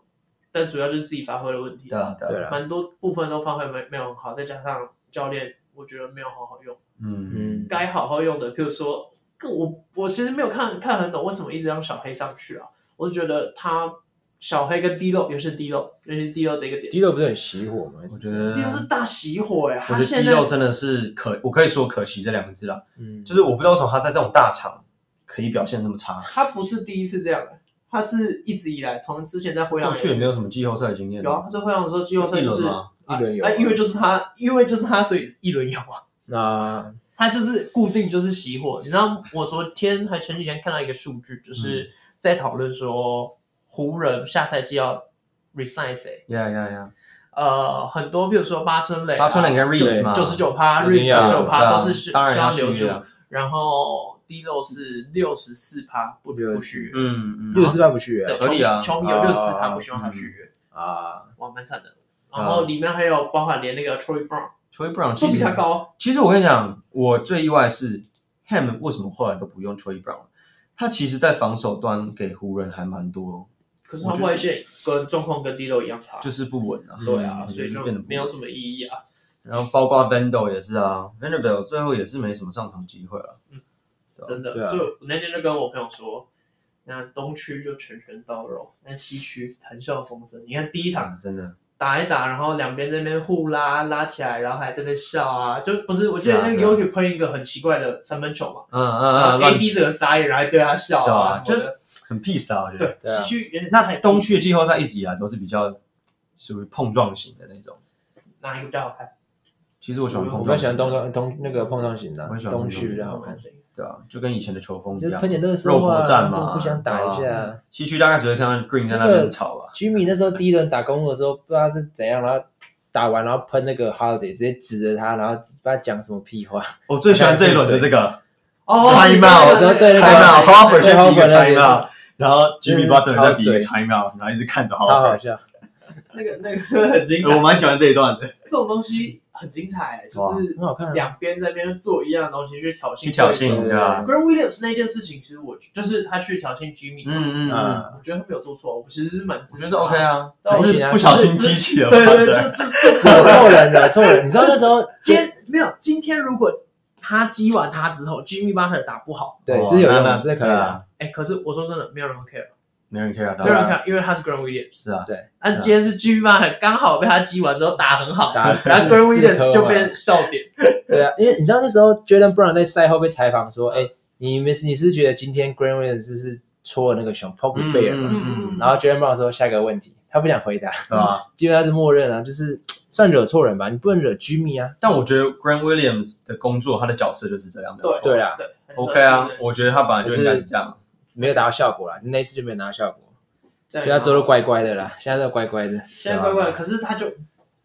[SPEAKER 2] 但主要就是自己发挥的问题，
[SPEAKER 1] 对啊对
[SPEAKER 3] 对
[SPEAKER 1] 啊，
[SPEAKER 3] 啦，
[SPEAKER 2] 蛮多部分都发挥没没有很好，再加上教练我觉得没有好好用，
[SPEAKER 1] 嗯，
[SPEAKER 3] 嗯，
[SPEAKER 2] 该好好用的，譬如说，跟我我其实没有看看很懂为什么一直让小黑上去啊，我就觉得他小黑跟 D 肉，尤其是 D 肉，尤其是 D 肉这个点
[SPEAKER 3] 第六不是很熄火吗？
[SPEAKER 1] 我觉得
[SPEAKER 2] ，D 肉是大熄火哎、
[SPEAKER 1] 啊我
[SPEAKER 2] 他
[SPEAKER 1] 觉得
[SPEAKER 2] 现
[SPEAKER 1] 肌
[SPEAKER 2] 在
[SPEAKER 1] 肉真的是可，我可以说可惜这两个字啦，
[SPEAKER 3] 嗯，
[SPEAKER 1] 就是我不知道为什么他在这种大场可以表现那么差，
[SPEAKER 2] 他不是第一次这样的，他是一直以来从之前在灰狼
[SPEAKER 1] 过去也
[SPEAKER 2] 是
[SPEAKER 1] 没有什么季后赛经验
[SPEAKER 2] 啊有啊，他在灰狼的时候季后赛就
[SPEAKER 1] 一
[SPEAKER 2] 是
[SPEAKER 1] 轮吗
[SPEAKER 2] 啊
[SPEAKER 3] 一轮有啊
[SPEAKER 2] 啊，因为就是他，因为就是他，所以一轮有啊，
[SPEAKER 3] 那
[SPEAKER 2] 他就是固定就是熄火。你知道我昨天还前几天看到一个数据，
[SPEAKER 1] 嗯
[SPEAKER 2] 就是在讨论说湖人下赛季要 resign 谁，
[SPEAKER 1] 呀呀呀，
[SPEAKER 2] 呃，很多比如说八村垒、啊
[SPEAKER 1] 八村垒跟 Reeves 嘛，
[SPEAKER 2] 九十九趴、
[SPEAKER 3] 一
[SPEAKER 2] Reeves
[SPEAKER 3] 定要
[SPEAKER 2] 九十九趴
[SPEAKER 1] 对啊
[SPEAKER 2] 都是需
[SPEAKER 1] 当然
[SPEAKER 2] 需要
[SPEAKER 1] 要
[SPEAKER 2] 留
[SPEAKER 1] 续约
[SPEAKER 2] 住
[SPEAKER 1] 啊，
[SPEAKER 2] 然后 D 六是六十四趴不不续约。
[SPEAKER 1] 嗯嗯，
[SPEAKER 3] 六十败不去
[SPEAKER 2] 对，
[SPEAKER 1] 合理啊嗯
[SPEAKER 2] 球迷有六十四
[SPEAKER 3] 啊
[SPEAKER 2] 趴不希望他续约，
[SPEAKER 3] 啊，
[SPEAKER 2] 哇，蛮惨的。然后里面还有包含连那个 Troy Brown
[SPEAKER 1] Troy Brown
[SPEAKER 2] 都
[SPEAKER 1] 啊其
[SPEAKER 2] 比
[SPEAKER 1] 实
[SPEAKER 2] 他高，啊
[SPEAKER 1] 其实我跟你讲，我最意外是 Ham 为什么后来都不用 Troy Brown，他其实在防守端给湖人还蛮多，
[SPEAKER 2] 可是他外线跟状况跟 D 六一样差，
[SPEAKER 1] 就是不稳啊。
[SPEAKER 2] 对啊，
[SPEAKER 1] 嗯
[SPEAKER 2] 所以
[SPEAKER 1] 就
[SPEAKER 2] 就是
[SPEAKER 1] 变得不
[SPEAKER 2] 没有
[SPEAKER 1] 稳。
[SPEAKER 2] 什么意义啊。
[SPEAKER 1] 然后包括 Vando 也是啊，Vanderbilt 最后也是没什么上场机会了、对啊
[SPEAKER 2] 真的，
[SPEAKER 3] 对啊
[SPEAKER 2] 所以我那天就跟我朋友说，那东区就拳拳到肉，那西区谈笑风生。你看第一场
[SPEAKER 1] 啊，真的。
[SPEAKER 2] 打一打，然后两边这边互拉拉起来，然后还这边笑啊，就不是我记
[SPEAKER 1] 是
[SPEAKER 2] 得
[SPEAKER 1] 啊
[SPEAKER 2] 那个
[SPEAKER 1] 是啊
[SPEAKER 2] Yuki 喷一个很奇怪的三分球嘛，
[SPEAKER 1] 嗯嗯
[SPEAKER 2] 然后
[SPEAKER 1] 嗯，乱
[SPEAKER 2] AD 整个傻眼，然后还对他笑
[SPEAKER 1] 对啊
[SPEAKER 2] 啊，
[SPEAKER 1] 就
[SPEAKER 2] 什
[SPEAKER 1] 是
[SPEAKER 2] 么的
[SPEAKER 1] 很 peace 啊，我觉得。
[SPEAKER 2] 对
[SPEAKER 3] 对啊
[SPEAKER 2] 西区有点太
[SPEAKER 1] 那东区的季后赛一直以来都是比较属于碰撞型的那种。
[SPEAKER 2] 哪一个比较好看？
[SPEAKER 1] 其实我喜欢
[SPEAKER 3] 我
[SPEAKER 1] 碰
[SPEAKER 3] 比较
[SPEAKER 1] 撞
[SPEAKER 3] 喜
[SPEAKER 1] 型
[SPEAKER 3] 欢
[SPEAKER 1] 的，
[SPEAKER 3] 东东东那个碰撞型的啊
[SPEAKER 1] 我也喜欢
[SPEAKER 3] 东
[SPEAKER 1] 碰撞
[SPEAKER 3] 区
[SPEAKER 1] 型
[SPEAKER 3] 比
[SPEAKER 1] 的
[SPEAKER 3] 较好看，
[SPEAKER 1] 对啊，就跟以前的球风一
[SPEAKER 3] 就
[SPEAKER 1] 样
[SPEAKER 3] 喷，点热色
[SPEAKER 1] 肉搏
[SPEAKER 3] 话，
[SPEAKER 1] 战嘛，
[SPEAKER 3] 互相打一
[SPEAKER 1] 对
[SPEAKER 3] 下
[SPEAKER 1] 啊。。西区大概只会看到 Green 在那
[SPEAKER 3] 那
[SPEAKER 1] 边
[SPEAKER 3] 个
[SPEAKER 1] 吵啊吧。
[SPEAKER 3] 居民那时候第一轮打公路的时候，不知道是怎样，然后打完然后喷那个 Holiday，直接指着他，然后不知道讲什么屁话。
[SPEAKER 1] 我最喜欢这一轮的这个，
[SPEAKER 2] 哦
[SPEAKER 1] Time out，
[SPEAKER 2] 你说那个
[SPEAKER 3] 对对对
[SPEAKER 1] time out，
[SPEAKER 2] 对
[SPEAKER 1] Howard
[SPEAKER 3] 对
[SPEAKER 1] 先比一个
[SPEAKER 3] Howard 那
[SPEAKER 1] time
[SPEAKER 3] 边
[SPEAKER 1] out，然后 Jimmy
[SPEAKER 3] 嗯
[SPEAKER 1] Butler
[SPEAKER 3] 超
[SPEAKER 1] 再比一个
[SPEAKER 3] 嘴
[SPEAKER 1] time out，然后一直看着
[SPEAKER 3] 超
[SPEAKER 1] Howard。
[SPEAKER 3] 好笑。
[SPEAKER 2] 那个那个真的很精
[SPEAKER 1] 我
[SPEAKER 2] 彩，
[SPEAKER 1] 蛮喜欢这一段的，
[SPEAKER 2] 这种东西很精彩，就是
[SPEAKER 3] 很好看啊
[SPEAKER 2] 两边在那边做一样的东西去挑衅
[SPEAKER 1] 去挑
[SPEAKER 2] 对手
[SPEAKER 1] 衅，对吧？
[SPEAKER 2] Grant Williams 那件事情，其实我就是他去挑衅 Jimmy，嘛
[SPEAKER 1] 嗯嗯嗯，
[SPEAKER 3] 啊
[SPEAKER 2] 我觉得他没有做错，我其实是蛮
[SPEAKER 1] 我
[SPEAKER 2] 支
[SPEAKER 1] 觉
[SPEAKER 2] 持
[SPEAKER 1] 得 OK
[SPEAKER 2] 他的。
[SPEAKER 1] 啊，只
[SPEAKER 2] 只
[SPEAKER 3] 行
[SPEAKER 1] 是
[SPEAKER 3] 啊
[SPEAKER 1] 不小心激起了
[SPEAKER 2] 对
[SPEAKER 1] 吧，
[SPEAKER 2] 对对，就就 就
[SPEAKER 3] 错错人了，错人。你知道那时候
[SPEAKER 2] 今天没有今天如果他击完他之后，Jimmy Butler 打不好，
[SPEAKER 3] 对
[SPEAKER 1] 哦，
[SPEAKER 3] 这有
[SPEAKER 1] 那
[SPEAKER 3] 用
[SPEAKER 1] 那
[SPEAKER 3] 的，这可以
[SPEAKER 1] 对
[SPEAKER 3] 的。
[SPEAKER 1] 啊，
[SPEAKER 2] 哎，可是我说真的，没有人 care，
[SPEAKER 1] 没人 care
[SPEAKER 2] 没有人
[SPEAKER 1] 到，
[SPEAKER 2] care，因为他是 Grant Williams。
[SPEAKER 1] 啊是啊，
[SPEAKER 2] 但今天是 Jimmy Butler 刚好被他击完之后打 很好，
[SPEAKER 3] 打四
[SPEAKER 2] 然后 Grant
[SPEAKER 3] 四颗
[SPEAKER 2] Williams
[SPEAKER 3] 嘛
[SPEAKER 2] 就变笑点。
[SPEAKER 3] 对啊，因为你知道那时候 Jordan Brown 在赛后被采访说：“
[SPEAKER 1] 嗯
[SPEAKER 3] 哎，你们你是觉得今天 Green Williams 是是戳了那个熊 poke
[SPEAKER 1] 嗯
[SPEAKER 3] 贝尔吗？”
[SPEAKER 1] 嗯嗯，
[SPEAKER 3] 然后 Jordan Brown 说：“下一个问题，他不想回答，
[SPEAKER 1] 对吧？
[SPEAKER 3] 基本上是默认啊，就是算惹错人吧，你不能惹 Jimmy 啊。
[SPEAKER 1] 但我觉得 Grant Williams 的工作，他的角色就是这样的，没有错
[SPEAKER 3] 对啦，
[SPEAKER 2] 对
[SPEAKER 1] ，OK 啊，我觉得他本来就应该是这样，
[SPEAKER 3] 没有达到效果啦，那一次就没有拿到效果，
[SPEAKER 2] 所
[SPEAKER 3] 所以他之后都乖乖的啦，现在都乖乖的。
[SPEAKER 2] 现在乖乖的，啊可是他就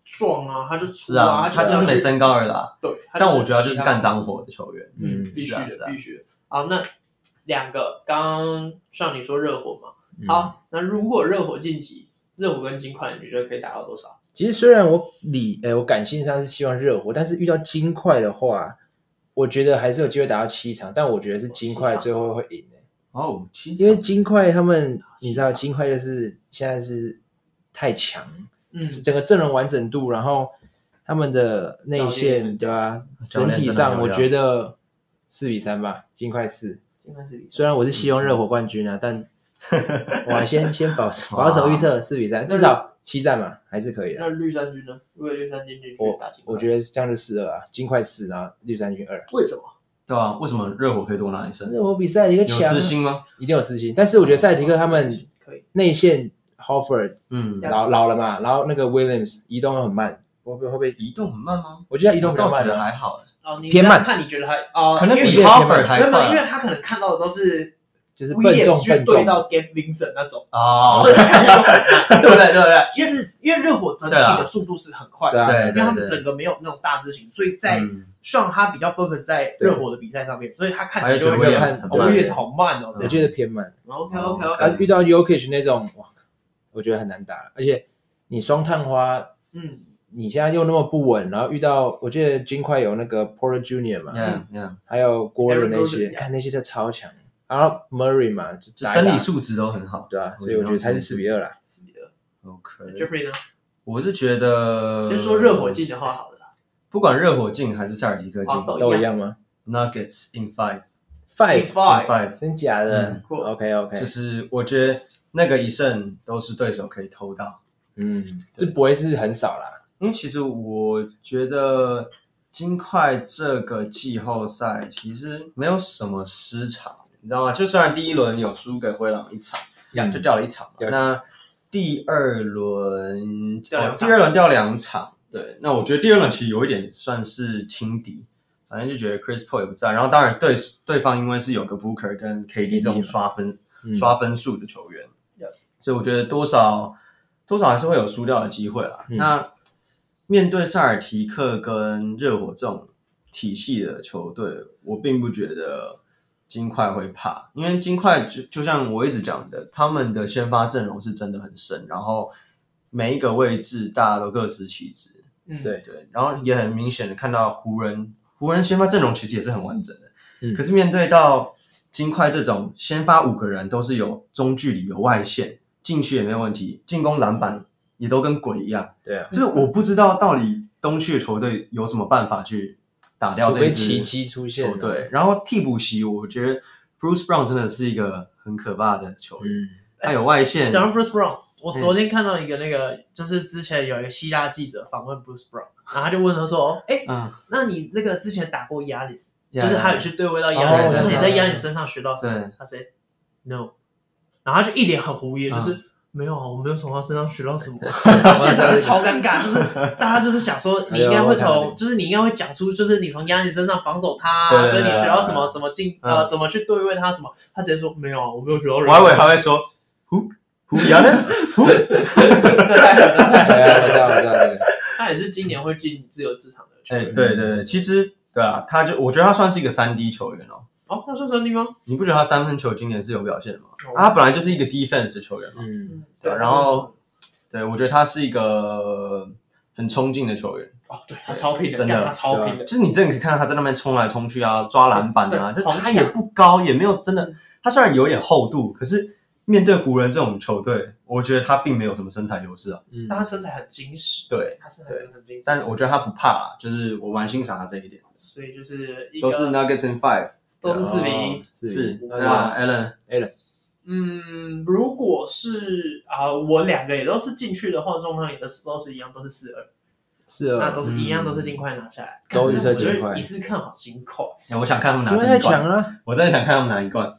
[SPEAKER 2] 撞啊，他就
[SPEAKER 1] 啊
[SPEAKER 2] 出
[SPEAKER 1] 是啊，
[SPEAKER 2] 他
[SPEAKER 1] 他就是没身高而已啦。
[SPEAKER 2] 对，
[SPEAKER 1] 但我觉得他就是干脏，活的球员，
[SPEAKER 2] 嗯，
[SPEAKER 3] 嗯
[SPEAKER 2] 必须
[SPEAKER 1] 是啊
[SPEAKER 2] 的
[SPEAKER 1] 是，啊
[SPEAKER 2] 必须的。好，那两个刚刚像你说热火嘛，
[SPEAKER 3] 嗯，
[SPEAKER 2] 好，那如果热火晋级，热火跟金块，你觉得可以打到多少？
[SPEAKER 3] 其实虽然我理呃我感性上是希望热火，但是遇到金块的话，我觉得还是有机会打到七场，但我觉得是金块最后会赢、欸、
[SPEAKER 1] 哦，七
[SPEAKER 3] 因为
[SPEAKER 1] 场
[SPEAKER 3] 金块他们你知道金块就是现在是太强，
[SPEAKER 2] 嗯
[SPEAKER 3] 整个阵容完整度，然后他们的内
[SPEAKER 2] 教练
[SPEAKER 3] 线对吧、
[SPEAKER 1] 教练
[SPEAKER 3] 整体上
[SPEAKER 1] 真的很有
[SPEAKER 3] 我
[SPEAKER 1] 料
[SPEAKER 3] 觉得四比三吧，金块四。
[SPEAKER 2] 金块是比
[SPEAKER 3] 虽然我是希望热火冠军啊， 但我先先保守保守预测四比三，至少七战嘛还是可以的。
[SPEAKER 2] 那绿衫军呢？如果绿衫军进去
[SPEAKER 3] 我
[SPEAKER 2] 打金块，
[SPEAKER 3] 我觉得这样就四二啊，金块四，然后绿衫军二。
[SPEAKER 2] 为什么？
[SPEAKER 1] 对啊，为什么热火可以多拿一胜？
[SPEAKER 3] 热火比赛一个
[SPEAKER 1] 有
[SPEAKER 3] 强
[SPEAKER 1] 私
[SPEAKER 3] 啊，
[SPEAKER 1] 心吗？
[SPEAKER 3] 一定有私心，但是我觉得赛迪克他们
[SPEAKER 2] 可以
[SPEAKER 3] 内线 Hofford
[SPEAKER 1] 嗯
[SPEAKER 2] 要
[SPEAKER 3] 老老了嘛，然后那个 Williams 移动又很慢，会不会会不会？
[SPEAKER 1] 移动很慢吗？
[SPEAKER 3] 我觉得移动比较
[SPEAKER 1] 倒
[SPEAKER 3] 慢
[SPEAKER 1] 觉得
[SPEAKER 3] 啊，
[SPEAKER 1] 还好，
[SPEAKER 2] 哦，你
[SPEAKER 3] 偏慢
[SPEAKER 2] 这样看你觉得还哦，
[SPEAKER 1] 可能
[SPEAKER 2] 因为
[SPEAKER 1] 比
[SPEAKER 3] 因为
[SPEAKER 1] Harvard 还
[SPEAKER 2] 原本因为
[SPEAKER 1] 快啊
[SPEAKER 2] 他可能看到的都是
[SPEAKER 3] 就是笨
[SPEAKER 2] Williams
[SPEAKER 3] 重
[SPEAKER 2] 去
[SPEAKER 3] 笨
[SPEAKER 2] 对
[SPEAKER 3] 重。
[SPEAKER 2] 到 g a m b i n g 那种，
[SPEAKER 1] 哦
[SPEAKER 2] 所以，他看起来就很慢， 对不对？对不对？因为是因为热火整体的速度是很快
[SPEAKER 3] 对
[SPEAKER 2] 的，
[SPEAKER 3] 啊，
[SPEAKER 1] 啊对
[SPEAKER 2] 因为他们整个没有那种大字型，所以在
[SPEAKER 1] 嗯
[SPEAKER 2] 上他比较 focus 在热火的比赛上面，所以他看起来就会
[SPEAKER 3] 他就觉得
[SPEAKER 2] 看
[SPEAKER 3] Williams 很慢
[SPEAKER 2] 哦，Williams 好慢哦，
[SPEAKER 3] 我觉得偏慢。
[SPEAKER 2] OK OK OK，
[SPEAKER 3] 啊，遇到 Yokich 那种，哇，我觉得很难打。而且你双探花，
[SPEAKER 2] 嗯，
[SPEAKER 3] 你现在又那么不稳，然后遇到我记得金块有那个 Porter Junior
[SPEAKER 2] 嗯
[SPEAKER 3] 嘛，
[SPEAKER 1] ，Yeah Yeah，
[SPEAKER 3] 还有 Gordon
[SPEAKER 2] Aaron
[SPEAKER 3] 那些，
[SPEAKER 2] Gordon，yeah
[SPEAKER 3] 看那些都超强。然后 Murray 嘛，就
[SPEAKER 1] 就
[SPEAKER 3] 打一
[SPEAKER 1] 生
[SPEAKER 3] 打
[SPEAKER 2] 啊
[SPEAKER 1] 理素质都很好。
[SPEAKER 3] 对啊，
[SPEAKER 1] 我
[SPEAKER 3] 所
[SPEAKER 1] 觉
[SPEAKER 3] 以
[SPEAKER 1] 得
[SPEAKER 3] 我觉得
[SPEAKER 1] 他
[SPEAKER 3] 才
[SPEAKER 1] 们
[SPEAKER 3] 是
[SPEAKER 1] 是
[SPEAKER 3] 四比二啦。
[SPEAKER 2] 是的。
[SPEAKER 1] OK，
[SPEAKER 2] Jeffrey 呢？
[SPEAKER 1] 我是觉得
[SPEAKER 2] 先说热火，进的话好了啦，
[SPEAKER 1] 不管热火进还是塞尔提克进
[SPEAKER 2] 哦
[SPEAKER 3] 都一样吗
[SPEAKER 1] ，Nuggets in five
[SPEAKER 3] ？Five，
[SPEAKER 1] in
[SPEAKER 2] five，
[SPEAKER 1] five，
[SPEAKER 3] 真假的
[SPEAKER 1] 嗯
[SPEAKER 2] 酷
[SPEAKER 3] ？OK OK，
[SPEAKER 1] 就是我觉得那个一胜都是对手可以偷到。
[SPEAKER 3] 嗯，这不会是很少啦。
[SPEAKER 1] 嗯，其实我觉得金块这个季后赛其实没有什么失常，你知道吗？就虽然第一轮有输给灰狼一场，
[SPEAKER 3] 嗯
[SPEAKER 1] 就掉了一场嘛，
[SPEAKER 3] 掉一
[SPEAKER 1] 那第二轮
[SPEAKER 2] 掉两
[SPEAKER 1] 哦，第
[SPEAKER 2] 场
[SPEAKER 1] 二轮掉两场，对，那我觉得第二轮其实有一点算是轻敌。反正就觉得 Chris Paul 也不在，然后当然对对方因为是有个 Booker 跟 KD 这
[SPEAKER 3] KD 嘛
[SPEAKER 1] 种刷分
[SPEAKER 3] 嗯
[SPEAKER 1] 刷分数的球员，
[SPEAKER 2] Yep
[SPEAKER 1] 所以我觉得多少多少还是会有输掉的机会啦。
[SPEAKER 3] 嗯
[SPEAKER 1] 那面对塞尔提克跟热火这种体系的球队，我并不觉得金块会怕，因为金块就就像我一直讲的，他们的先发阵容是真的很深，然后每一个位置大家都各司其职，
[SPEAKER 2] 嗯，
[SPEAKER 3] 对
[SPEAKER 1] 对，然后也很明显的看到湖人，湖人先发阵容其实也是很完整的，
[SPEAKER 3] 嗯
[SPEAKER 1] 可是面对到金块这种先发五个人都是有中距离、有外线，进去也没有问题，进攻篮板也都跟鬼一样，
[SPEAKER 3] 对啊，
[SPEAKER 1] 就是我不知道到底东区的球队有什么办法去打掉
[SPEAKER 3] 除
[SPEAKER 1] 这
[SPEAKER 3] 非
[SPEAKER 1] 一
[SPEAKER 3] 奇
[SPEAKER 1] 支哦
[SPEAKER 3] 迹出现啊
[SPEAKER 1] 球
[SPEAKER 3] 了。
[SPEAKER 1] 队。然后替补席，我觉得 Bruce Brown 真的是一个很可怕的球员，
[SPEAKER 3] 嗯，
[SPEAKER 1] 他有外线，
[SPEAKER 2] 讲到 Bruce Brown，我昨天看到一个那个，就是之前有一个希腊记者访问 Bruce Brown，然后他就问他说：“哎，
[SPEAKER 1] 嗯，
[SPEAKER 2] 那你那个之前打过亚里斯，就是他有去对位到
[SPEAKER 3] 哦
[SPEAKER 2] 亚里斯，
[SPEAKER 1] 对
[SPEAKER 2] 然后你
[SPEAKER 1] 对
[SPEAKER 2] 在
[SPEAKER 1] 对
[SPEAKER 2] 亚里斯身上学到什么
[SPEAKER 1] 对？”
[SPEAKER 2] 他说：“No。”然后他就一脸很狐疑，就是
[SPEAKER 1] 嗯
[SPEAKER 2] 没有啊，我没有从他身上学到什 么。然后现场就超尴尬，就是大家就是想说，你应该会
[SPEAKER 3] 哎呦我
[SPEAKER 2] 从，
[SPEAKER 3] 看
[SPEAKER 2] 就是你应该会讲出，就是你从亚里身上防守他啊，
[SPEAKER 1] 对对
[SPEAKER 2] 所以你
[SPEAKER 1] 对
[SPEAKER 2] 学
[SPEAKER 1] 对
[SPEAKER 2] 到
[SPEAKER 1] 对
[SPEAKER 2] 什么，怎么进呃，
[SPEAKER 1] 嗯
[SPEAKER 2] 怎么去对位他什么。他直接说没有啊，我没有学到
[SPEAKER 1] 我
[SPEAKER 2] 任
[SPEAKER 1] 还以
[SPEAKER 2] 何。
[SPEAKER 1] 为他会说 Who Who Giannis Who
[SPEAKER 3] 对啊，我知道，我知道这个。
[SPEAKER 2] 他也是今年会进自由市场的球
[SPEAKER 1] 哎、
[SPEAKER 2] 员。
[SPEAKER 1] 对对对，其实对啊，他就我觉得他算是一个三 D 球员哦。
[SPEAKER 2] 哦，他说什么地方？
[SPEAKER 1] 你不觉得他三分球今年是有表现的吗？
[SPEAKER 2] 哦
[SPEAKER 1] 啊他本来就是一个 defense 的球员嘛。
[SPEAKER 3] 嗯，
[SPEAKER 1] 对啊然后对，我觉得他是一个很冲劲的球员，
[SPEAKER 2] 哦，对他超拼的，
[SPEAKER 1] 真的啊
[SPEAKER 2] 干他超拼的
[SPEAKER 1] 就，是你真的可以看到他在那边冲来冲去啊，抓篮板啊，
[SPEAKER 2] 对
[SPEAKER 1] 就
[SPEAKER 2] 狂
[SPEAKER 1] 他也
[SPEAKER 2] 抢
[SPEAKER 1] 不高，也没有真的，他虽然有点厚度，可是面对湖人这种球队，我觉得他并没有什么身材优势啊。
[SPEAKER 3] 嗯
[SPEAKER 2] 但他身材很精实，
[SPEAKER 1] 对，
[SPEAKER 2] 他身材真的很精实，
[SPEAKER 1] 但我觉得他不怕啦，就是我蛮欣赏他这一点，
[SPEAKER 2] 所以就是一个
[SPEAKER 1] 都是 Nuggets and Five，
[SPEAKER 2] 都 是四比
[SPEAKER 1] 哦
[SPEAKER 3] 哦
[SPEAKER 2] 一。
[SPEAKER 1] 是
[SPEAKER 3] 那就
[SPEAKER 1] 那 Allen。
[SPEAKER 2] 嗯，如果是啊、我两个也都是进去的话，状况也都是都是一样，都是四二，
[SPEAKER 3] 是哦，
[SPEAKER 2] 那都是一
[SPEAKER 1] 嗯
[SPEAKER 2] 样，都是金块拿下来。
[SPEAKER 3] 都
[SPEAKER 2] 是
[SPEAKER 3] 是这金块
[SPEAKER 2] 一次看好金块，
[SPEAKER 1] 哎我想看他们拿
[SPEAKER 3] 因为
[SPEAKER 1] 第一
[SPEAKER 3] 太
[SPEAKER 1] 冠
[SPEAKER 3] 强了，
[SPEAKER 1] 我真的想看他们拿一冠。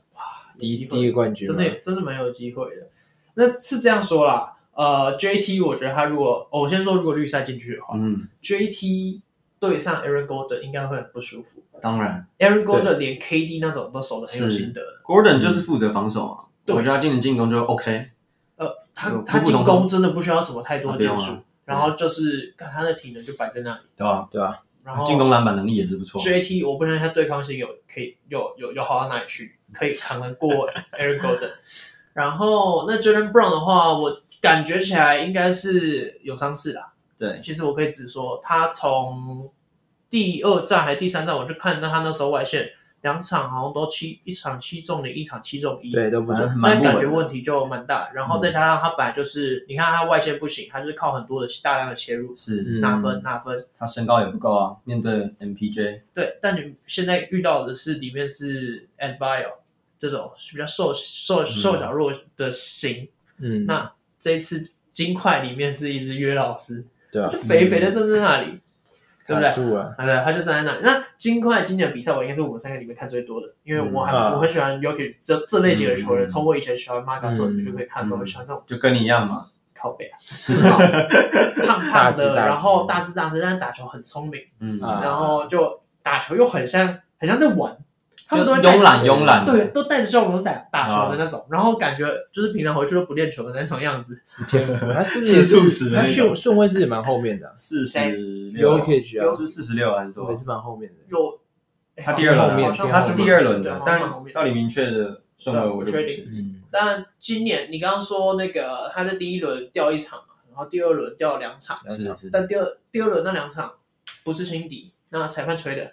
[SPEAKER 3] 第一
[SPEAKER 2] 有机
[SPEAKER 3] 第
[SPEAKER 2] 会
[SPEAKER 3] 一个冠军
[SPEAKER 2] 真
[SPEAKER 3] 嘛
[SPEAKER 2] 的有真的蛮有机会的。那是这样说啦，呃，JT 我觉得他如果、哦我先说，如果绿赛进去的话、
[SPEAKER 1] 嗯，
[SPEAKER 2] j t 对上 Aaron Gordon 应该会很不舒服。
[SPEAKER 1] 当然
[SPEAKER 2] Aaron Gordon 连 KD 那种都守的很有心得的，
[SPEAKER 1] ，Gordon 就是负责防守嘛。
[SPEAKER 2] 对
[SPEAKER 1] 我觉得他进进攻就 OK。
[SPEAKER 2] 呃，他
[SPEAKER 1] 有
[SPEAKER 2] 他
[SPEAKER 1] 普普
[SPEAKER 2] 进
[SPEAKER 1] 通通
[SPEAKER 2] 攻真的不需要什么太多
[SPEAKER 1] 啊
[SPEAKER 2] 技
[SPEAKER 1] 不用
[SPEAKER 2] 术
[SPEAKER 1] 啊，
[SPEAKER 2] 然后就是看他的体能就摆在那里，
[SPEAKER 1] 对吧？
[SPEAKER 3] 对吧？
[SPEAKER 2] 然后
[SPEAKER 1] 啊进攻篮板能力也是不错。
[SPEAKER 2] JT 我不相信他对抗性有可以有有有好到哪里去，可以扛得过 Aaron Gordon。然后那 Jalen Brown 的话，我感觉起来应该是有伤势啦。
[SPEAKER 1] 对，
[SPEAKER 2] 其实我可以只说，他从第二站还是第三站，我就看到他那时候外线两场好像都七，一场七中零，一场七中一，
[SPEAKER 3] 对，都不
[SPEAKER 1] 反正
[SPEAKER 3] 准。
[SPEAKER 1] 很
[SPEAKER 2] 那
[SPEAKER 1] 蛮不
[SPEAKER 2] 感觉
[SPEAKER 1] 稳
[SPEAKER 2] 问
[SPEAKER 1] 的。
[SPEAKER 2] 题就蛮大。然后再加上他本来就是，你看他外线不行，他就是靠很多的大量的切入
[SPEAKER 1] 是
[SPEAKER 3] 嗯
[SPEAKER 2] 拿分拿分。
[SPEAKER 1] 他身高也不够啊，面对 MPJ，
[SPEAKER 2] 对，但你现在遇到的是里面是 a d b i o 这种比较瘦瘦瘦小弱的型。
[SPEAKER 3] 嗯，
[SPEAKER 2] 那这一次金块里面是一只约老师，
[SPEAKER 3] 对吧
[SPEAKER 2] 就？肥肥的站在那里，对不对
[SPEAKER 3] 卡？住了，
[SPEAKER 2] 啊，对，他就站在那里。那金块今年的比赛，我应该是我们三个里面看最多的，因为我还、
[SPEAKER 3] 嗯啊
[SPEAKER 2] 我很喜欢 Yoki 这这类型的球员，
[SPEAKER 1] 嗯
[SPEAKER 2] 从我以前喜欢 m a g a 时候，
[SPEAKER 3] 嗯
[SPEAKER 2] 你就可以看到，
[SPEAKER 1] 嗯
[SPEAKER 2] 我喜欢这种
[SPEAKER 1] 就跟你一样嘛。
[SPEAKER 2] 靠背 啊，很好，胖
[SPEAKER 3] 大
[SPEAKER 2] 胖
[SPEAKER 3] 只大
[SPEAKER 2] 的，
[SPEAKER 3] 只
[SPEAKER 2] 然后大只大只，但是打球很聪明，
[SPEAKER 1] 嗯，
[SPEAKER 3] 啊
[SPEAKER 2] 然后就打球又很像很像在玩，他们都会带着
[SPEAKER 1] 慵懒慵懒
[SPEAKER 2] 对，
[SPEAKER 1] 的，哦
[SPEAKER 2] 都带着笑容打打球的那种，然后感觉就是平常回去都不练球的那种样子。
[SPEAKER 3] 天赋，他是不
[SPEAKER 1] 技术
[SPEAKER 3] 是
[SPEAKER 1] 史
[SPEAKER 3] 他
[SPEAKER 1] 那种
[SPEAKER 3] 顺顺位是也蛮后面的啊，
[SPEAKER 1] 四十
[SPEAKER 3] 有
[SPEAKER 1] 六，
[SPEAKER 3] 可以去啊，
[SPEAKER 1] 是四十六还是多
[SPEAKER 3] 也
[SPEAKER 1] 少？
[SPEAKER 3] 是蛮后面的。
[SPEAKER 2] 有哎
[SPEAKER 1] 他第二轮啊
[SPEAKER 3] 后面
[SPEAKER 2] 好像
[SPEAKER 1] 他是第二轮
[SPEAKER 2] 对
[SPEAKER 1] 的，
[SPEAKER 2] 好像
[SPEAKER 1] 但
[SPEAKER 2] 后面
[SPEAKER 1] 到底明确的顺位
[SPEAKER 2] 对
[SPEAKER 1] 我就
[SPEAKER 2] 我确
[SPEAKER 1] 不
[SPEAKER 2] 定
[SPEAKER 1] 清楚
[SPEAKER 3] 嗯，
[SPEAKER 2] 但今年你刚刚说那个他在第一轮掉一场嘛，然后第二轮掉两场，
[SPEAKER 3] 两场是
[SPEAKER 2] 但第二第二轮那两场不是轻敌，那裁判吹的，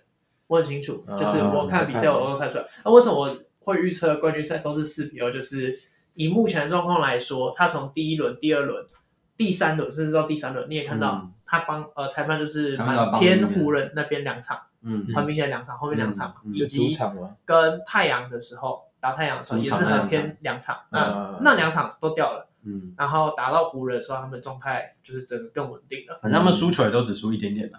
[SPEAKER 2] 我很清楚，
[SPEAKER 3] 啊
[SPEAKER 2] 就是我看比赛我能看出来。那、为什么我会预测冠军赛都是四比二？就是以目前的状况来说，他从第一轮、第二轮、第三轮，甚至到第三轮，你也看到
[SPEAKER 1] 嗯
[SPEAKER 2] 他帮、呃裁判就是
[SPEAKER 1] 裁判都要
[SPEAKER 2] 蛮
[SPEAKER 1] 帮
[SPEAKER 2] 偏
[SPEAKER 1] 你的
[SPEAKER 2] 湖人那边两场，
[SPEAKER 1] 嗯，
[SPEAKER 2] 很明显两场，后面两场，
[SPEAKER 1] 嗯嗯
[SPEAKER 2] 以
[SPEAKER 3] 就
[SPEAKER 2] 及
[SPEAKER 3] 主场嘛，
[SPEAKER 2] 跟太阳的时候打太阳的时候也是很偏两场，
[SPEAKER 3] 主场那两
[SPEAKER 2] 那
[SPEAKER 3] 场
[SPEAKER 2] 那两场都掉了，
[SPEAKER 1] 嗯，
[SPEAKER 2] 然后打到湖人的时候，他们的状态就是整个更稳定了，
[SPEAKER 1] 反正他们输球也都只输一点点啊了。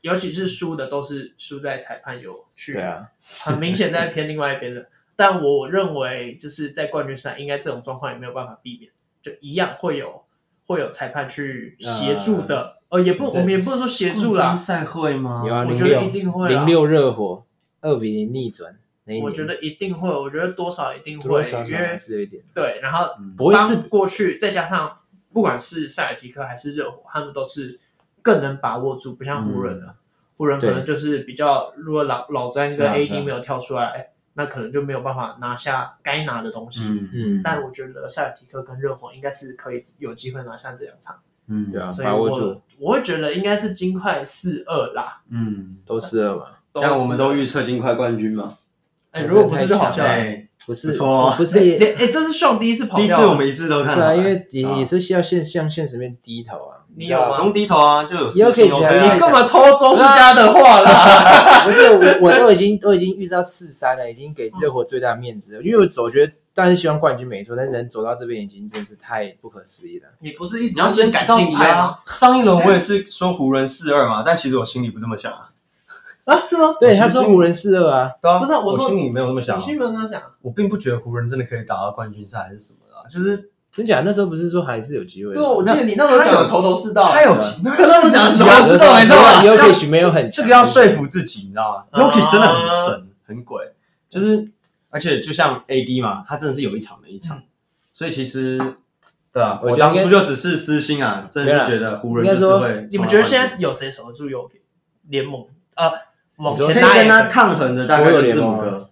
[SPEAKER 2] 尤其是输的都是输在裁判有去，
[SPEAKER 3] 对啊，
[SPEAKER 2] 很明显在偏另外一边了。 但我认为就是在冠军赛，应该这种状况也没有办法避免，就一样会有会有裁判去协助的，
[SPEAKER 3] 啊
[SPEAKER 2] 呃，也不我们也不能说协助
[SPEAKER 1] 冠
[SPEAKER 2] 啦
[SPEAKER 1] 军，赛会吗？
[SPEAKER 3] 有啊，
[SPEAKER 2] 我
[SPEAKER 3] 零
[SPEAKER 2] 觉得
[SPEAKER 3] 六
[SPEAKER 2] 一定会啦
[SPEAKER 3] 零六热火二比零逆转那一年，
[SPEAKER 2] 我觉得一定会，我觉得多少一定
[SPEAKER 3] 多多
[SPEAKER 2] 会，
[SPEAKER 3] 少
[SPEAKER 2] 因
[SPEAKER 3] 少
[SPEAKER 2] 为
[SPEAKER 3] 还是有一点，
[SPEAKER 2] 对，然后
[SPEAKER 1] 嗯
[SPEAKER 3] 不会是
[SPEAKER 2] 帮过去，再加上不管是塞尔提克还是热火，他们都是更能把握住，不像湖人了。湖人可能就是比较，如果老老詹
[SPEAKER 1] 嗯是
[SPEAKER 2] 跟
[SPEAKER 1] 啊是啊
[SPEAKER 2] AD 没有跳出来，哎那可能就没有办法拿下该拿的东西。
[SPEAKER 1] 嗯
[SPEAKER 3] 嗯，
[SPEAKER 2] 但我觉得塞尔提克跟热火应该是可以有机会拿下这两场，
[SPEAKER 1] 嗯，
[SPEAKER 3] 对啊，
[SPEAKER 2] 所以
[SPEAKER 3] 把握住
[SPEAKER 2] 我我会觉得应该是金块四二啦。
[SPEAKER 1] 嗯，
[SPEAKER 3] 都是二嘛，
[SPEAKER 2] 都
[SPEAKER 1] 但我们都
[SPEAKER 2] 4-2
[SPEAKER 1] 预测金块冠军嘛。
[SPEAKER 2] 哎，如果不是就好笑了。哎，
[SPEAKER 1] 对，
[SPEAKER 3] 不是
[SPEAKER 1] 不错哦
[SPEAKER 3] 不 是
[SPEAKER 2] 连哎，这是上第一次跑
[SPEAKER 1] 第一
[SPEAKER 2] 掉
[SPEAKER 1] 次
[SPEAKER 2] 了，
[SPEAKER 1] 我们一致都
[SPEAKER 3] 不
[SPEAKER 1] 看
[SPEAKER 3] 是
[SPEAKER 1] 好
[SPEAKER 3] 啊，
[SPEAKER 1] 了，
[SPEAKER 3] 因为也
[SPEAKER 1] 啊
[SPEAKER 3] 也是需要现向现实面低头啊，
[SPEAKER 2] 你
[SPEAKER 3] 知道
[SPEAKER 2] 有吗
[SPEAKER 1] 不用低头啊，就有
[SPEAKER 3] 以后可以
[SPEAKER 1] 信哦
[SPEAKER 3] 觉得
[SPEAKER 1] 可
[SPEAKER 2] 你干嘛偷周世佳的话啦？
[SPEAKER 3] 不是我，我都已经都已经遇到四三了，已经给热
[SPEAKER 2] 嗯
[SPEAKER 3] 火最大面子了。因为我走，觉得当然希望冠军没错，但能走到这边已经真是太不可思议了。
[SPEAKER 2] 你不是一直
[SPEAKER 1] 你要
[SPEAKER 2] 先
[SPEAKER 1] 坚
[SPEAKER 2] 感
[SPEAKER 1] 持到
[SPEAKER 2] 性
[SPEAKER 1] 底
[SPEAKER 2] 派吗？
[SPEAKER 1] 啊！上一轮我也是说湖人四二嘛，但其实我心里不这么想啊。
[SPEAKER 2] 啊，是吗？
[SPEAKER 3] 对，
[SPEAKER 1] 哦其实
[SPEAKER 3] 他说湖人四二啊，
[SPEAKER 1] 对啊，
[SPEAKER 2] 不是啊我说
[SPEAKER 1] 心里没有这么想
[SPEAKER 2] 你
[SPEAKER 1] 啊。
[SPEAKER 2] 新闻刚讲，
[SPEAKER 1] 我并不觉得湖人真的可以打到冠军赛还是什么的啊，就是
[SPEAKER 3] 真假？那时候不是说还是有机会的？
[SPEAKER 2] 对，啊我记得你那时候讲的头头是道，
[SPEAKER 1] 他有
[SPEAKER 3] 对
[SPEAKER 1] 那时候讲的
[SPEAKER 2] 什么知道没错吧
[SPEAKER 3] 以后可以没有很
[SPEAKER 1] 这
[SPEAKER 3] 强
[SPEAKER 1] 个要说服自己，你知道吗
[SPEAKER 2] 啊
[SPEAKER 1] ？Yoki 真的很神，很鬼，就是而且就像 AD 嘛，他真的是有一场没一场，所以其实对啊，
[SPEAKER 3] 我
[SPEAKER 1] 我
[SPEAKER 3] 觉得
[SPEAKER 1] 当
[SPEAKER 3] 应该
[SPEAKER 1] 初就只是私心啊，真的是觉得湖人就是
[SPEAKER 3] 应该说
[SPEAKER 1] 会。
[SPEAKER 2] 你们觉得现在？有谁守得住有联盟？呃，往
[SPEAKER 1] 可
[SPEAKER 2] 前
[SPEAKER 1] 以
[SPEAKER 2] 拉
[SPEAKER 1] 跟他
[SPEAKER 2] 也
[SPEAKER 1] 抗衡的大概就是字母
[SPEAKER 3] 所有联盟
[SPEAKER 1] 哥，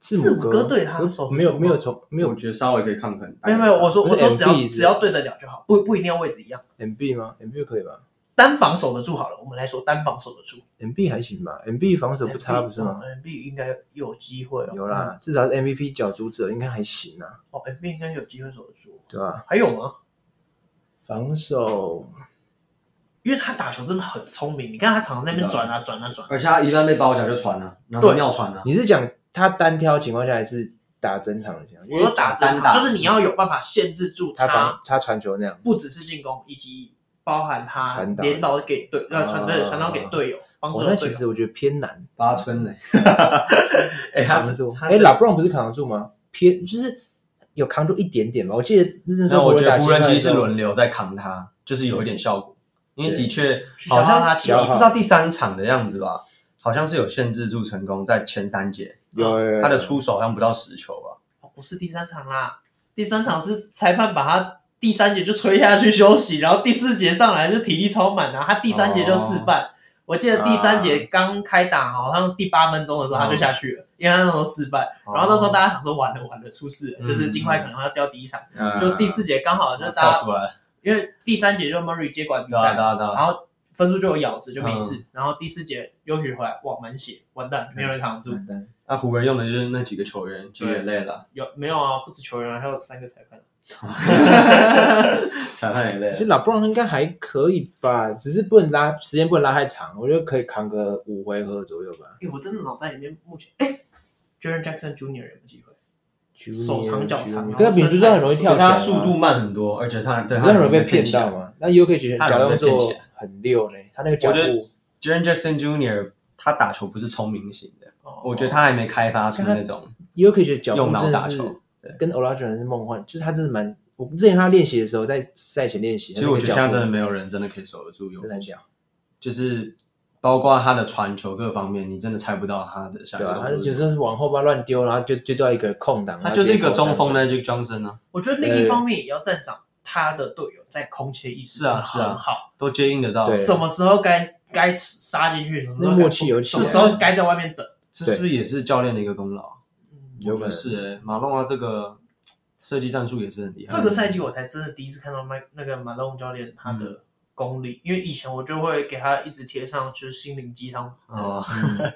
[SPEAKER 3] 字
[SPEAKER 2] 字
[SPEAKER 3] 母
[SPEAKER 2] 母
[SPEAKER 3] 哥
[SPEAKER 2] 哥对他手
[SPEAKER 3] 没有
[SPEAKER 2] 手
[SPEAKER 3] 没有从没有
[SPEAKER 1] 我觉得稍微可以抗衡。
[SPEAKER 2] 没有没有，我说
[SPEAKER 3] 不
[SPEAKER 2] 我
[SPEAKER 3] 是
[SPEAKER 2] 说只要
[SPEAKER 3] MB 是
[SPEAKER 2] 只要对得了就好，不不一定要位置一样，
[SPEAKER 3] MB 吗？MB 可以吧
[SPEAKER 2] 单防守得住好了。我们来说单防守得住，
[SPEAKER 3] ？MB 还行吧？MB 防守不差不是吗？
[SPEAKER 2] n b 应该有机会哦，
[SPEAKER 3] 有啦，至少是 MVP 角逐者应该还行啊，
[SPEAKER 2] 哦 n b 应该有机会守得住。
[SPEAKER 3] 对吧？
[SPEAKER 2] 还有吗？
[SPEAKER 3] 防守
[SPEAKER 2] 因为他打球真的很聪明，你看他场上那边转啊转啊转啊，
[SPEAKER 1] 而且他一旦被包夹就传了，然后
[SPEAKER 2] 对
[SPEAKER 1] 尿传了。啊
[SPEAKER 3] 你是讲他单挑情况下，还是打整场的情况下？因
[SPEAKER 2] 我
[SPEAKER 3] 为
[SPEAKER 2] 说打针
[SPEAKER 1] 单打
[SPEAKER 2] 就是你要有办法限制住
[SPEAKER 3] 他防他传球那样，
[SPEAKER 2] 不只是进攻，以及包含他
[SPEAKER 3] 传导
[SPEAKER 2] 连导给
[SPEAKER 1] 哦
[SPEAKER 2] 队呃传
[SPEAKER 3] 啊
[SPEAKER 2] 对传导给队友，帮助
[SPEAKER 3] 哦，
[SPEAKER 2] 到
[SPEAKER 3] 那
[SPEAKER 2] 队
[SPEAKER 3] 其
[SPEAKER 2] 友。
[SPEAKER 3] 实我觉得偏难
[SPEAKER 1] 八村嘞，哎，他
[SPEAKER 3] 扛
[SPEAKER 1] 这
[SPEAKER 3] 住。
[SPEAKER 1] 他
[SPEAKER 3] 哎，
[SPEAKER 1] 这
[SPEAKER 3] 老布朗不是扛得住吗？偏就是有扛住一点点吧。我记得那时
[SPEAKER 1] 那
[SPEAKER 3] 候
[SPEAKER 1] 我觉得
[SPEAKER 3] 打
[SPEAKER 1] 湖人其实是
[SPEAKER 3] 金块的时候
[SPEAKER 1] 轮流在扛他，就是有一点效果，因为
[SPEAKER 3] 对
[SPEAKER 1] 的确
[SPEAKER 2] 去消
[SPEAKER 1] 好
[SPEAKER 2] 耗
[SPEAKER 1] 像
[SPEAKER 2] 他体力
[SPEAKER 1] 不知道第三场的样子吧，好像是有限制住成功在前三节，啊
[SPEAKER 3] 有有有有
[SPEAKER 1] 他的出手好像不到十球吧，
[SPEAKER 2] 哦不是第三场啦，第三场是裁判把他第三节就吹下去休息，然后第四节上来就体力超满啊，他第三节就示范。
[SPEAKER 1] 哦
[SPEAKER 2] 我记得第三节刚开打，好像第八分钟的时候
[SPEAKER 1] 哦
[SPEAKER 2] 他就下去了，因为他那时候失败。然后那时候大家想说完了完了出事了，
[SPEAKER 1] 嗯
[SPEAKER 2] 就是金块可能要掉第一场，
[SPEAKER 3] 啊
[SPEAKER 1] 嗯
[SPEAKER 2] 就第四节刚好就是大
[SPEAKER 1] 跳
[SPEAKER 2] 家
[SPEAKER 1] 出来，
[SPEAKER 2] 因为第三节就 Murray 接管比
[SPEAKER 1] 对啊
[SPEAKER 2] 赛
[SPEAKER 1] 对，啊对嗯啊，
[SPEAKER 2] 然后分数就有咬着，就没事。然后第四节优许回来，哇，满血，完蛋，没有人扛得
[SPEAKER 1] 嗯
[SPEAKER 2] 住。
[SPEAKER 3] 完蛋
[SPEAKER 1] 那湖人用的就是那几个球员，其实也累了，
[SPEAKER 2] 有没有啊？不止球员啊，还有三个裁判。啊
[SPEAKER 1] 裁判也累
[SPEAKER 3] 其实
[SPEAKER 1] 了，
[SPEAKER 3] 老布朗应该还可以吧，只是不能拉时间不能拉太长，我觉得可以扛个五回合左右吧。
[SPEAKER 2] 哎，我真的脑袋里面目前，哎，Jaren Jackson Jr. 有没有机会？手长脚长然后
[SPEAKER 3] Junior，可是比
[SPEAKER 2] 身
[SPEAKER 3] 如
[SPEAKER 2] 材
[SPEAKER 3] 说很容易
[SPEAKER 2] 不错
[SPEAKER 3] 跳
[SPEAKER 1] 可是
[SPEAKER 3] 起来
[SPEAKER 1] 他
[SPEAKER 3] 啊，
[SPEAKER 1] 速度慢很多，而且他对
[SPEAKER 3] 你
[SPEAKER 1] 他
[SPEAKER 3] 知道很容易被
[SPEAKER 1] 骗
[SPEAKER 3] 骗到？嘛？那 U K 其实
[SPEAKER 1] 他
[SPEAKER 3] 假
[SPEAKER 1] 很容易
[SPEAKER 3] 动
[SPEAKER 1] 被骗起
[SPEAKER 3] 作
[SPEAKER 1] 来
[SPEAKER 3] 很溜嘞，他那个脚
[SPEAKER 1] 我觉得
[SPEAKER 3] 步，
[SPEAKER 1] Jaren Jackson Jr. 他打球不是聪明型的，
[SPEAKER 2] 哦
[SPEAKER 1] 我觉得他还没开发出那种
[SPEAKER 3] U K 的脚步
[SPEAKER 1] 用脑
[SPEAKER 3] 真的
[SPEAKER 1] 打
[SPEAKER 3] 是
[SPEAKER 1] 球，对
[SPEAKER 3] 跟 Olajuwon 是梦幻，就是他真的蛮我之前他练习的时候，在赛前练习，
[SPEAKER 1] 其实我觉得现在真的没
[SPEAKER 3] 有，
[SPEAKER 1] 有人真的可以守得住有
[SPEAKER 3] 真的很屌，
[SPEAKER 1] 就是包括他的传球各方面，你真的猜不到他的下一
[SPEAKER 3] 对
[SPEAKER 1] 个
[SPEAKER 3] 吧、他
[SPEAKER 1] 动
[SPEAKER 3] 就
[SPEAKER 1] 作是什
[SPEAKER 3] 就
[SPEAKER 1] 么。
[SPEAKER 3] 是往后吧乱丢，然后就丢到一个空档，
[SPEAKER 1] 他就是一个中锋
[SPEAKER 3] 的。
[SPEAKER 1] Magic Johnson 啊，
[SPEAKER 2] 我觉得另一方面也要赞赏他的队友在空切意识
[SPEAKER 1] 是啊
[SPEAKER 2] 真的
[SPEAKER 1] 是啊
[SPEAKER 2] 很好，
[SPEAKER 1] 都接应得到
[SPEAKER 3] 对。
[SPEAKER 2] 什么时候该该杀进去，什么时候
[SPEAKER 3] 那
[SPEAKER 2] 该
[SPEAKER 3] 默契有起
[SPEAKER 2] 什么时候该在外面等。
[SPEAKER 1] 这是不是也是教练的一个功劳？
[SPEAKER 2] 嗯
[SPEAKER 3] 有
[SPEAKER 1] 我觉
[SPEAKER 3] 可
[SPEAKER 1] 得
[SPEAKER 3] 能
[SPEAKER 1] 是诶、马龙啊这个设计战术也是很厉害。
[SPEAKER 2] 这个赛季我才真的第一次看到麦那个马龙教练他的功力，因为以前我就会给他一直贴上就是心灵鸡汤
[SPEAKER 1] 哦，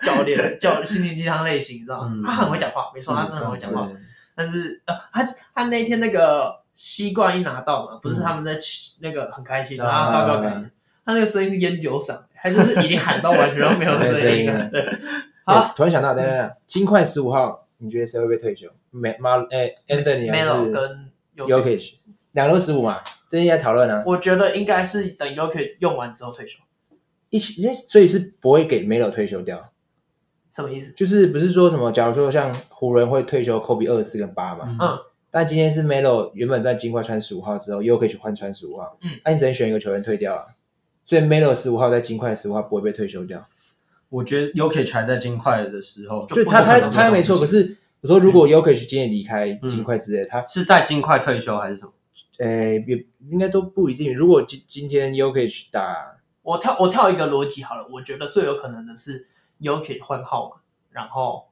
[SPEAKER 2] 教练教心灵鸡汤类型，你知道吗？
[SPEAKER 1] 嗯
[SPEAKER 2] 他很会讲话，没错，
[SPEAKER 1] 嗯
[SPEAKER 2] 他真的很会讲话。
[SPEAKER 3] 对
[SPEAKER 2] 但是呃，他他那天那个西瓜一拿到嘛，不是他们在起那个很开心，然后他发表感言，他那个声音是烟酒嗓，他就是已经喊到完全都没有
[SPEAKER 3] 没声
[SPEAKER 2] 声
[SPEAKER 3] 音
[SPEAKER 2] 音
[SPEAKER 3] 了
[SPEAKER 2] 了。对，
[SPEAKER 3] 哎
[SPEAKER 2] 好，
[SPEAKER 3] 突然想到，等等等，金块十五号，你觉得谁会被退休？没马哎，Anthony 还
[SPEAKER 2] Melo
[SPEAKER 3] 是
[SPEAKER 2] 跟 Jokic
[SPEAKER 3] Yokich，两个都十五嘛？最近在讨论啊，
[SPEAKER 2] 我觉得应该是等 Yokic 用完之后退休，
[SPEAKER 3] 一起，哎所以是不会给 Melo 退休掉，
[SPEAKER 2] 什么意思？
[SPEAKER 3] 就是不是说什么？假如说像湖人会退休 Kobe 二四跟八嘛，
[SPEAKER 1] 嗯
[SPEAKER 2] 嗯，
[SPEAKER 3] 但今天是 Melo 原本在金块穿十五号之后，又可以去换穿十五号，
[SPEAKER 2] 嗯，
[SPEAKER 3] 那、你只能选一个球员退掉啊。所以 Melo 十五号在金块十五号不会被退休掉，
[SPEAKER 1] 我觉得 Yokic 还在金块的时候，
[SPEAKER 2] 就
[SPEAKER 3] 就
[SPEAKER 2] 不
[SPEAKER 3] 他
[SPEAKER 2] 可
[SPEAKER 3] 他
[SPEAKER 2] 能
[SPEAKER 3] 他
[SPEAKER 1] 做
[SPEAKER 3] 没错，
[SPEAKER 1] 这种
[SPEAKER 3] 可
[SPEAKER 1] 事
[SPEAKER 3] 是我说如果 y o k i c 今天离开
[SPEAKER 2] 嗯
[SPEAKER 3] 金块之类，他
[SPEAKER 1] 是在金块退休还是什么？
[SPEAKER 3] 呃也应该都不一定。如果今今天 y o k i c 打
[SPEAKER 2] 我跳我跳一个逻辑好了，我觉得最有可能的是 Yokic 换号码，然后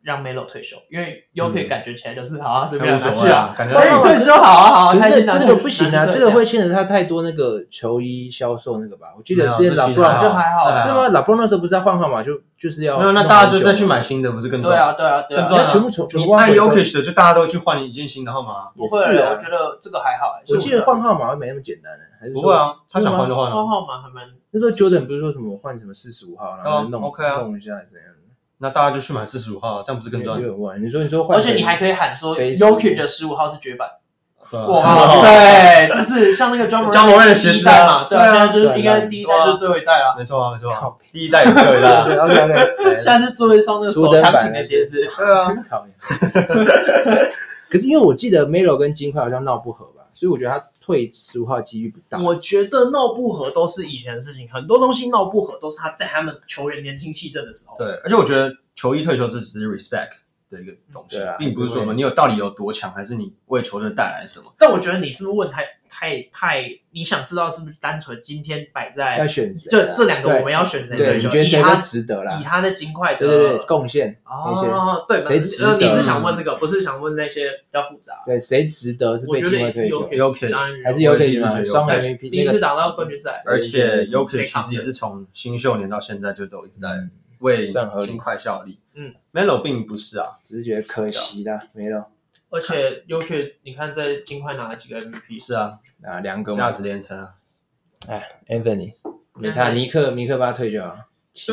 [SPEAKER 2] 让 Melo 退休，因为 Yokic
[SPEAKER 1] 嗯
[SPEAKER 2] 感觉起来就是好啊，随便
[SPEAKER 1] 无所
[SPEAKER 2] 拿
[SPEAKER 1] 谓
[SPEAKER 2] 去
[SPEAKER 1] 啊
[SPEAKER 2] 啊，，
[SPEAKER 1] 感觉
[SPEAKER 2] 哎，退休好啊
[SPEAKER 1] 哦
[SPEAKER 2] 好啊，
[SPEAKER 3] 可
[SPEAKER 2] 开
[SPEAKER 3] 是
[SPEAKER 2] 心
[SPEAKER 3] 这
[SPEAKER 2] 拿
[SPEAKER 3] 这
[SPEAKER 2] 去
[SPEAKER 3] 个不行啊，
[SPEAKER 2] 拿去
[SPEAKER 3] 这个会
[SPEAKER 2] 样
[SPEAKER 3] 牵扯他太多那个球衣销售那个吧。我记
[SPEAKER 1] 没
[SPEAKER 3] 得
[SPEAKER 1] 有
[SPEAKER 3] 之前
[SPEAKER 1] 这
[SPEAKER 3] 老
[SPEAKER 1] 其
[SPEAKER 3] 布
[SPEAKER 1] 实
[SPEAKER 3] 朗
[SPEAKER 2] 就还好
[SPEAKER 1] 对啊
[SPEAKER 3] 是吗？老布朗那时候不是在换号码，就就是要
[SPEAKER 1] 没有，那
[SPEAKER 3] 弄
[SPEAKER 1] 大家就
[SPEAKER 3] 很久
[SPEAKER 1] 再去
[SPEAKER 3] 嘛
[SPEAKER 1] 买新的，不是更重
[SPEAKER 2] 对啊
[SPEAKER 1] 要？
[SPEAKER 2] 对啊对
[SPEAKER 1] 更
[SPEAKER 2] 啊
[SPEAKER 1] 重，要啊
[SPEAKER 3] 全部全全部
[SPEAKER 1] 你
[SPEAKER 3] 换
[SPEAKER 1] 爱
[SPEAKER 3] 回收
[SPEAKER 1] Yokic 的，就大家都去换一件新的号码啊。
[SPEAKER 2] 不
[SPEAKER 3] 也
[SPEAKER 2] 会
[SPEAKER 3] 是
[SPEAKER 2] 啊，
[SPEAKER 3] 啊
[SPEAKER 2] 我觉得这个还好，欸
[SPEAKER 3] 我记得换
[SPEAKER 2] 号
[SPEAKER 3] 号码会没那么简单的，欸还是
[SPEAKER 1] 不
[SPEAKER 3] 说
[SPEAKER 1] 会？啊，他想换就换
[SPEAKER 2] 换
[SPEAKER 1] 啊。
[SPEAKER 2] 号码还蛮
[SPEAKER 3] 那时候 Jordan 不是说什么换什么四十五号，然后
[SPEAKER 1] 哦
[SPEAKER 3] 弄、
[SPEAKER 1] OK 啊
[SPEAKER 3] 弄一下还是怎样的？
[SPEAKER 1] 那大家就去买四十五号，这样不是更赚
[SPEAKER 3] 有？点忘了。你说你说换
[SPEAKER 2] 而
[SPEAKER 3] 谁，
[SPEAKER 2] 且你还可以喊说
[SPEAKER 3] 谁是
[SPEAKER 2] Yokic 的十五号是绝版，
[SPEAKER 1] 对啊
[SPEAKER 2] 哇，塞，是不是像那个 John
[SPEAKER 1] John Moran 的鞋子啊
[SPEAKER 2] 第一代嘛？
[SPEAKER 1] 对
[SPEAKER 2] 对啊，
[SPEAKER 1] 啊
[SPEAKER 2] 现在就是应该第一代就是最后一代啊，
[SPEAKER 1] 没错啊，没错啊
[SPEAKER 3] 靠。背
[SPEAKER 1] 第一代也是有一
[SPEAKER 3] 对
[SPEAKER 1] 代啊，
[SPEAKER 3] 对 OK OK，
[SPEAKER 2] 现在是做一双那个手枪型的鞋子，
[SPEAKER 1] 对啊，
[SPEAKER 3] 考验。 可是因为我记得 Melo 跟金块好像闹不和吧，所以我觉得他退十五号几率不大。
[SPEAKER 2] 我觉得闹不和都是以前的事情，很多东西闹不和都是他在他们球员年轻气盛的时候。
[SPEAKER 1] 对，而且我觉得球衣退休这只是 respect 的一个东西
[SPEAKER 3] 对啊，
[SPEAKER 1] 并不是说什么你有到底有多强，还是你为球队带来什么。
[SPEAKER 2] 但我觉得你是不是问太太太，你想知道是不是单纯今天摆
[SPEAKER 3] 要
[SPEAKER 2] 在
[SPEAKER 3] 选谁啊？
[SPEAKER 2] 这这两个
[SPEAKER 3] 对
[SPEAKER 2] 我们要选谁
[SPEAKER 3] 对，
[SPEAKER 2] 退
[SPEAKER 3] 你
[SPEAKER 2] 休？
[SPEAKER 3] 觉得谁
[SPEAKER 2] 以
[SPEAKER 3] 都
[SPEAKER 2] 他
[SPEAKER 3] 值得啦
[SPEAKER 2] 以？他的金块的
[SPEAKER 3] 对对对，贡献那些，
[SPEAKER 2] 哦，对，
[SPEAKER 3] 谁值得
[SPEAKER 2] 呃你是想问这个，不是想问那些比较复杂？
[SPEAKER 3] 对谁值得是被
[SPEAKER 2] 我觉
[SPEAKER 3] 金
[SPEAKER 2] 得
[SPEAKER 3] 块
[SPEAKER 2] 也是
[SPEAKER 3] 退
[SPEAKER 2] 有
[SPEAKER 3] 休
[SPEAKER 2] 可，能
[SPEAKER 1] Yokic
[SPEAKER 2] 当然
[SPEAKER 3] 还是
[SPEAKER 1] 我也
[SPEAKER 3] u k
[SPEAKER 1] 是觉
[SPEAKER 3] i 嘛？
[SPEAKER 1] 得
[SPEAKER 3] 双
[SPEAKER 1] Jokic
[SPEAKER 3] MVP
[SPEAKER 2] 第一
[SPEAKER 3] 那
[SPEAKER 2] 次
[SPEAKER 3] 个
[SPEAKER 2] 打到冠军赛，
[SPEAKER 1] 而且
[SPEAKER 3] 对
[SPEAKER 1] Yokic 其实也是从新秀年到现在就都一直在
[SPEAKER 3] 嗯
[SPEAKER 1] 为
[SPEAKER 3] 算合理
[SPEAKER 1] 金块效力。
[SPEAKER 2] 嗯
[SPEAKER 1] ，Melo 并不是啊，
[SPEAKER 3] 只是觉得可惜啦，没了
[SPEAKER 2] 而且 u k 你看在金块拿了几个 MVP，
[SPEAKER 1] 是啊，
[SPEAKER 3] 啊，两个嘛
[SPEAKER 1] 价值连城啊，
[SPEAKER 3] 哎，Anthony，没差，
[SPEAKER 2] Anthony
[SPEAKER 3] 尼克尼克把他退就好。
[SPEAKER 1] 啊
[SPEAKER 3] 其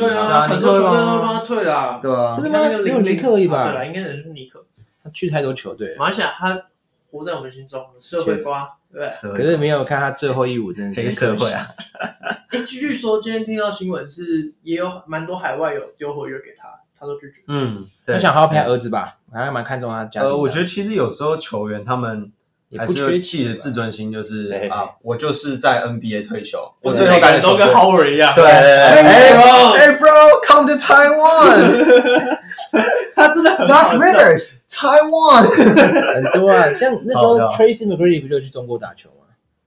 [SPEAKER 1] 是
[SPEAKER 3] 他
[SPEAKER 1] 尼克帮
[SPEAKER 2] 退了。
[SPEAKER 1] 对啊
[SPEAKER 3] 真的
[SPEAKER 2] 你看那个
[SPEAKER 3] 吗只有
[SPEAKER 2] 零
[SPEAKER 3] 尼克而已吧
[SPEAKER 2] 啊对了，应该只是尼克。
[SPEAKER 3] 他去太多球队了，
[SPEAKER 2] 马来西亚他活在我们心中，社会瓜，对不对。
[SPEAKER 1] 可
[SPEAKER 3] 可是没有看他最后一舞，真的是
[SPEAKER 1] 黑社会啊，
[SPEAKER 2] 哎，继续说，今天听到新闻是也有蛮多海外有丢合约给他，他都拒绝。
[SPEAKER 1] 嗯，
[SPEAKER 3] 他
[SPEAKER 1] 对。
[SPEAKER 3] 想好好陪他儿子吧，我还蛮看重他家庭的。
[SPEAKER 1] 呃，我觉得其实有时候球员他们
[SPEAKER 3] 也
[SPEAKER 1] 还
[SPEAKER 3] 不
[SPEAKER 1] 是有
[SPEAKER 3] 缺
[SPEAKER 1] 自己的自
[SPEAKER 3] 钱吧，
[SPEAKER 1] 尊心，就是
[SPEAKER 3] 对
[SPEAKER 1] 啊，我就是在 NBA 退休，我
[SPEAKER 3] 对
[SPEAKER 1] 最后
[SPEAKER 2] 每个
[SPEAKER 1] 待
[SPEAKER 2] 人
[SPEAKER 1] 的球
[SPEAKER 2] 都跟
[SPEAKER 1] 队。
[SPEAKER 2] Howard 一样，
[SPEAKER 1] 对，
[SPEAKER 2] 哎
[SPEAKER 1] 哎
[SPEAKER 2] bro
[SPEAKER 1] 哎，bro，come to Taiwan，Doc
[SPEAKER 2] 他真的很好笑
[SPEAKER 1] Rivers，Taiwan，
[SPEAKER 3] 很多啊。像那时候
[SPEAKER 1] 吵架
[SPEAKER 3] Tracy McGrady 不就去中国打球吗？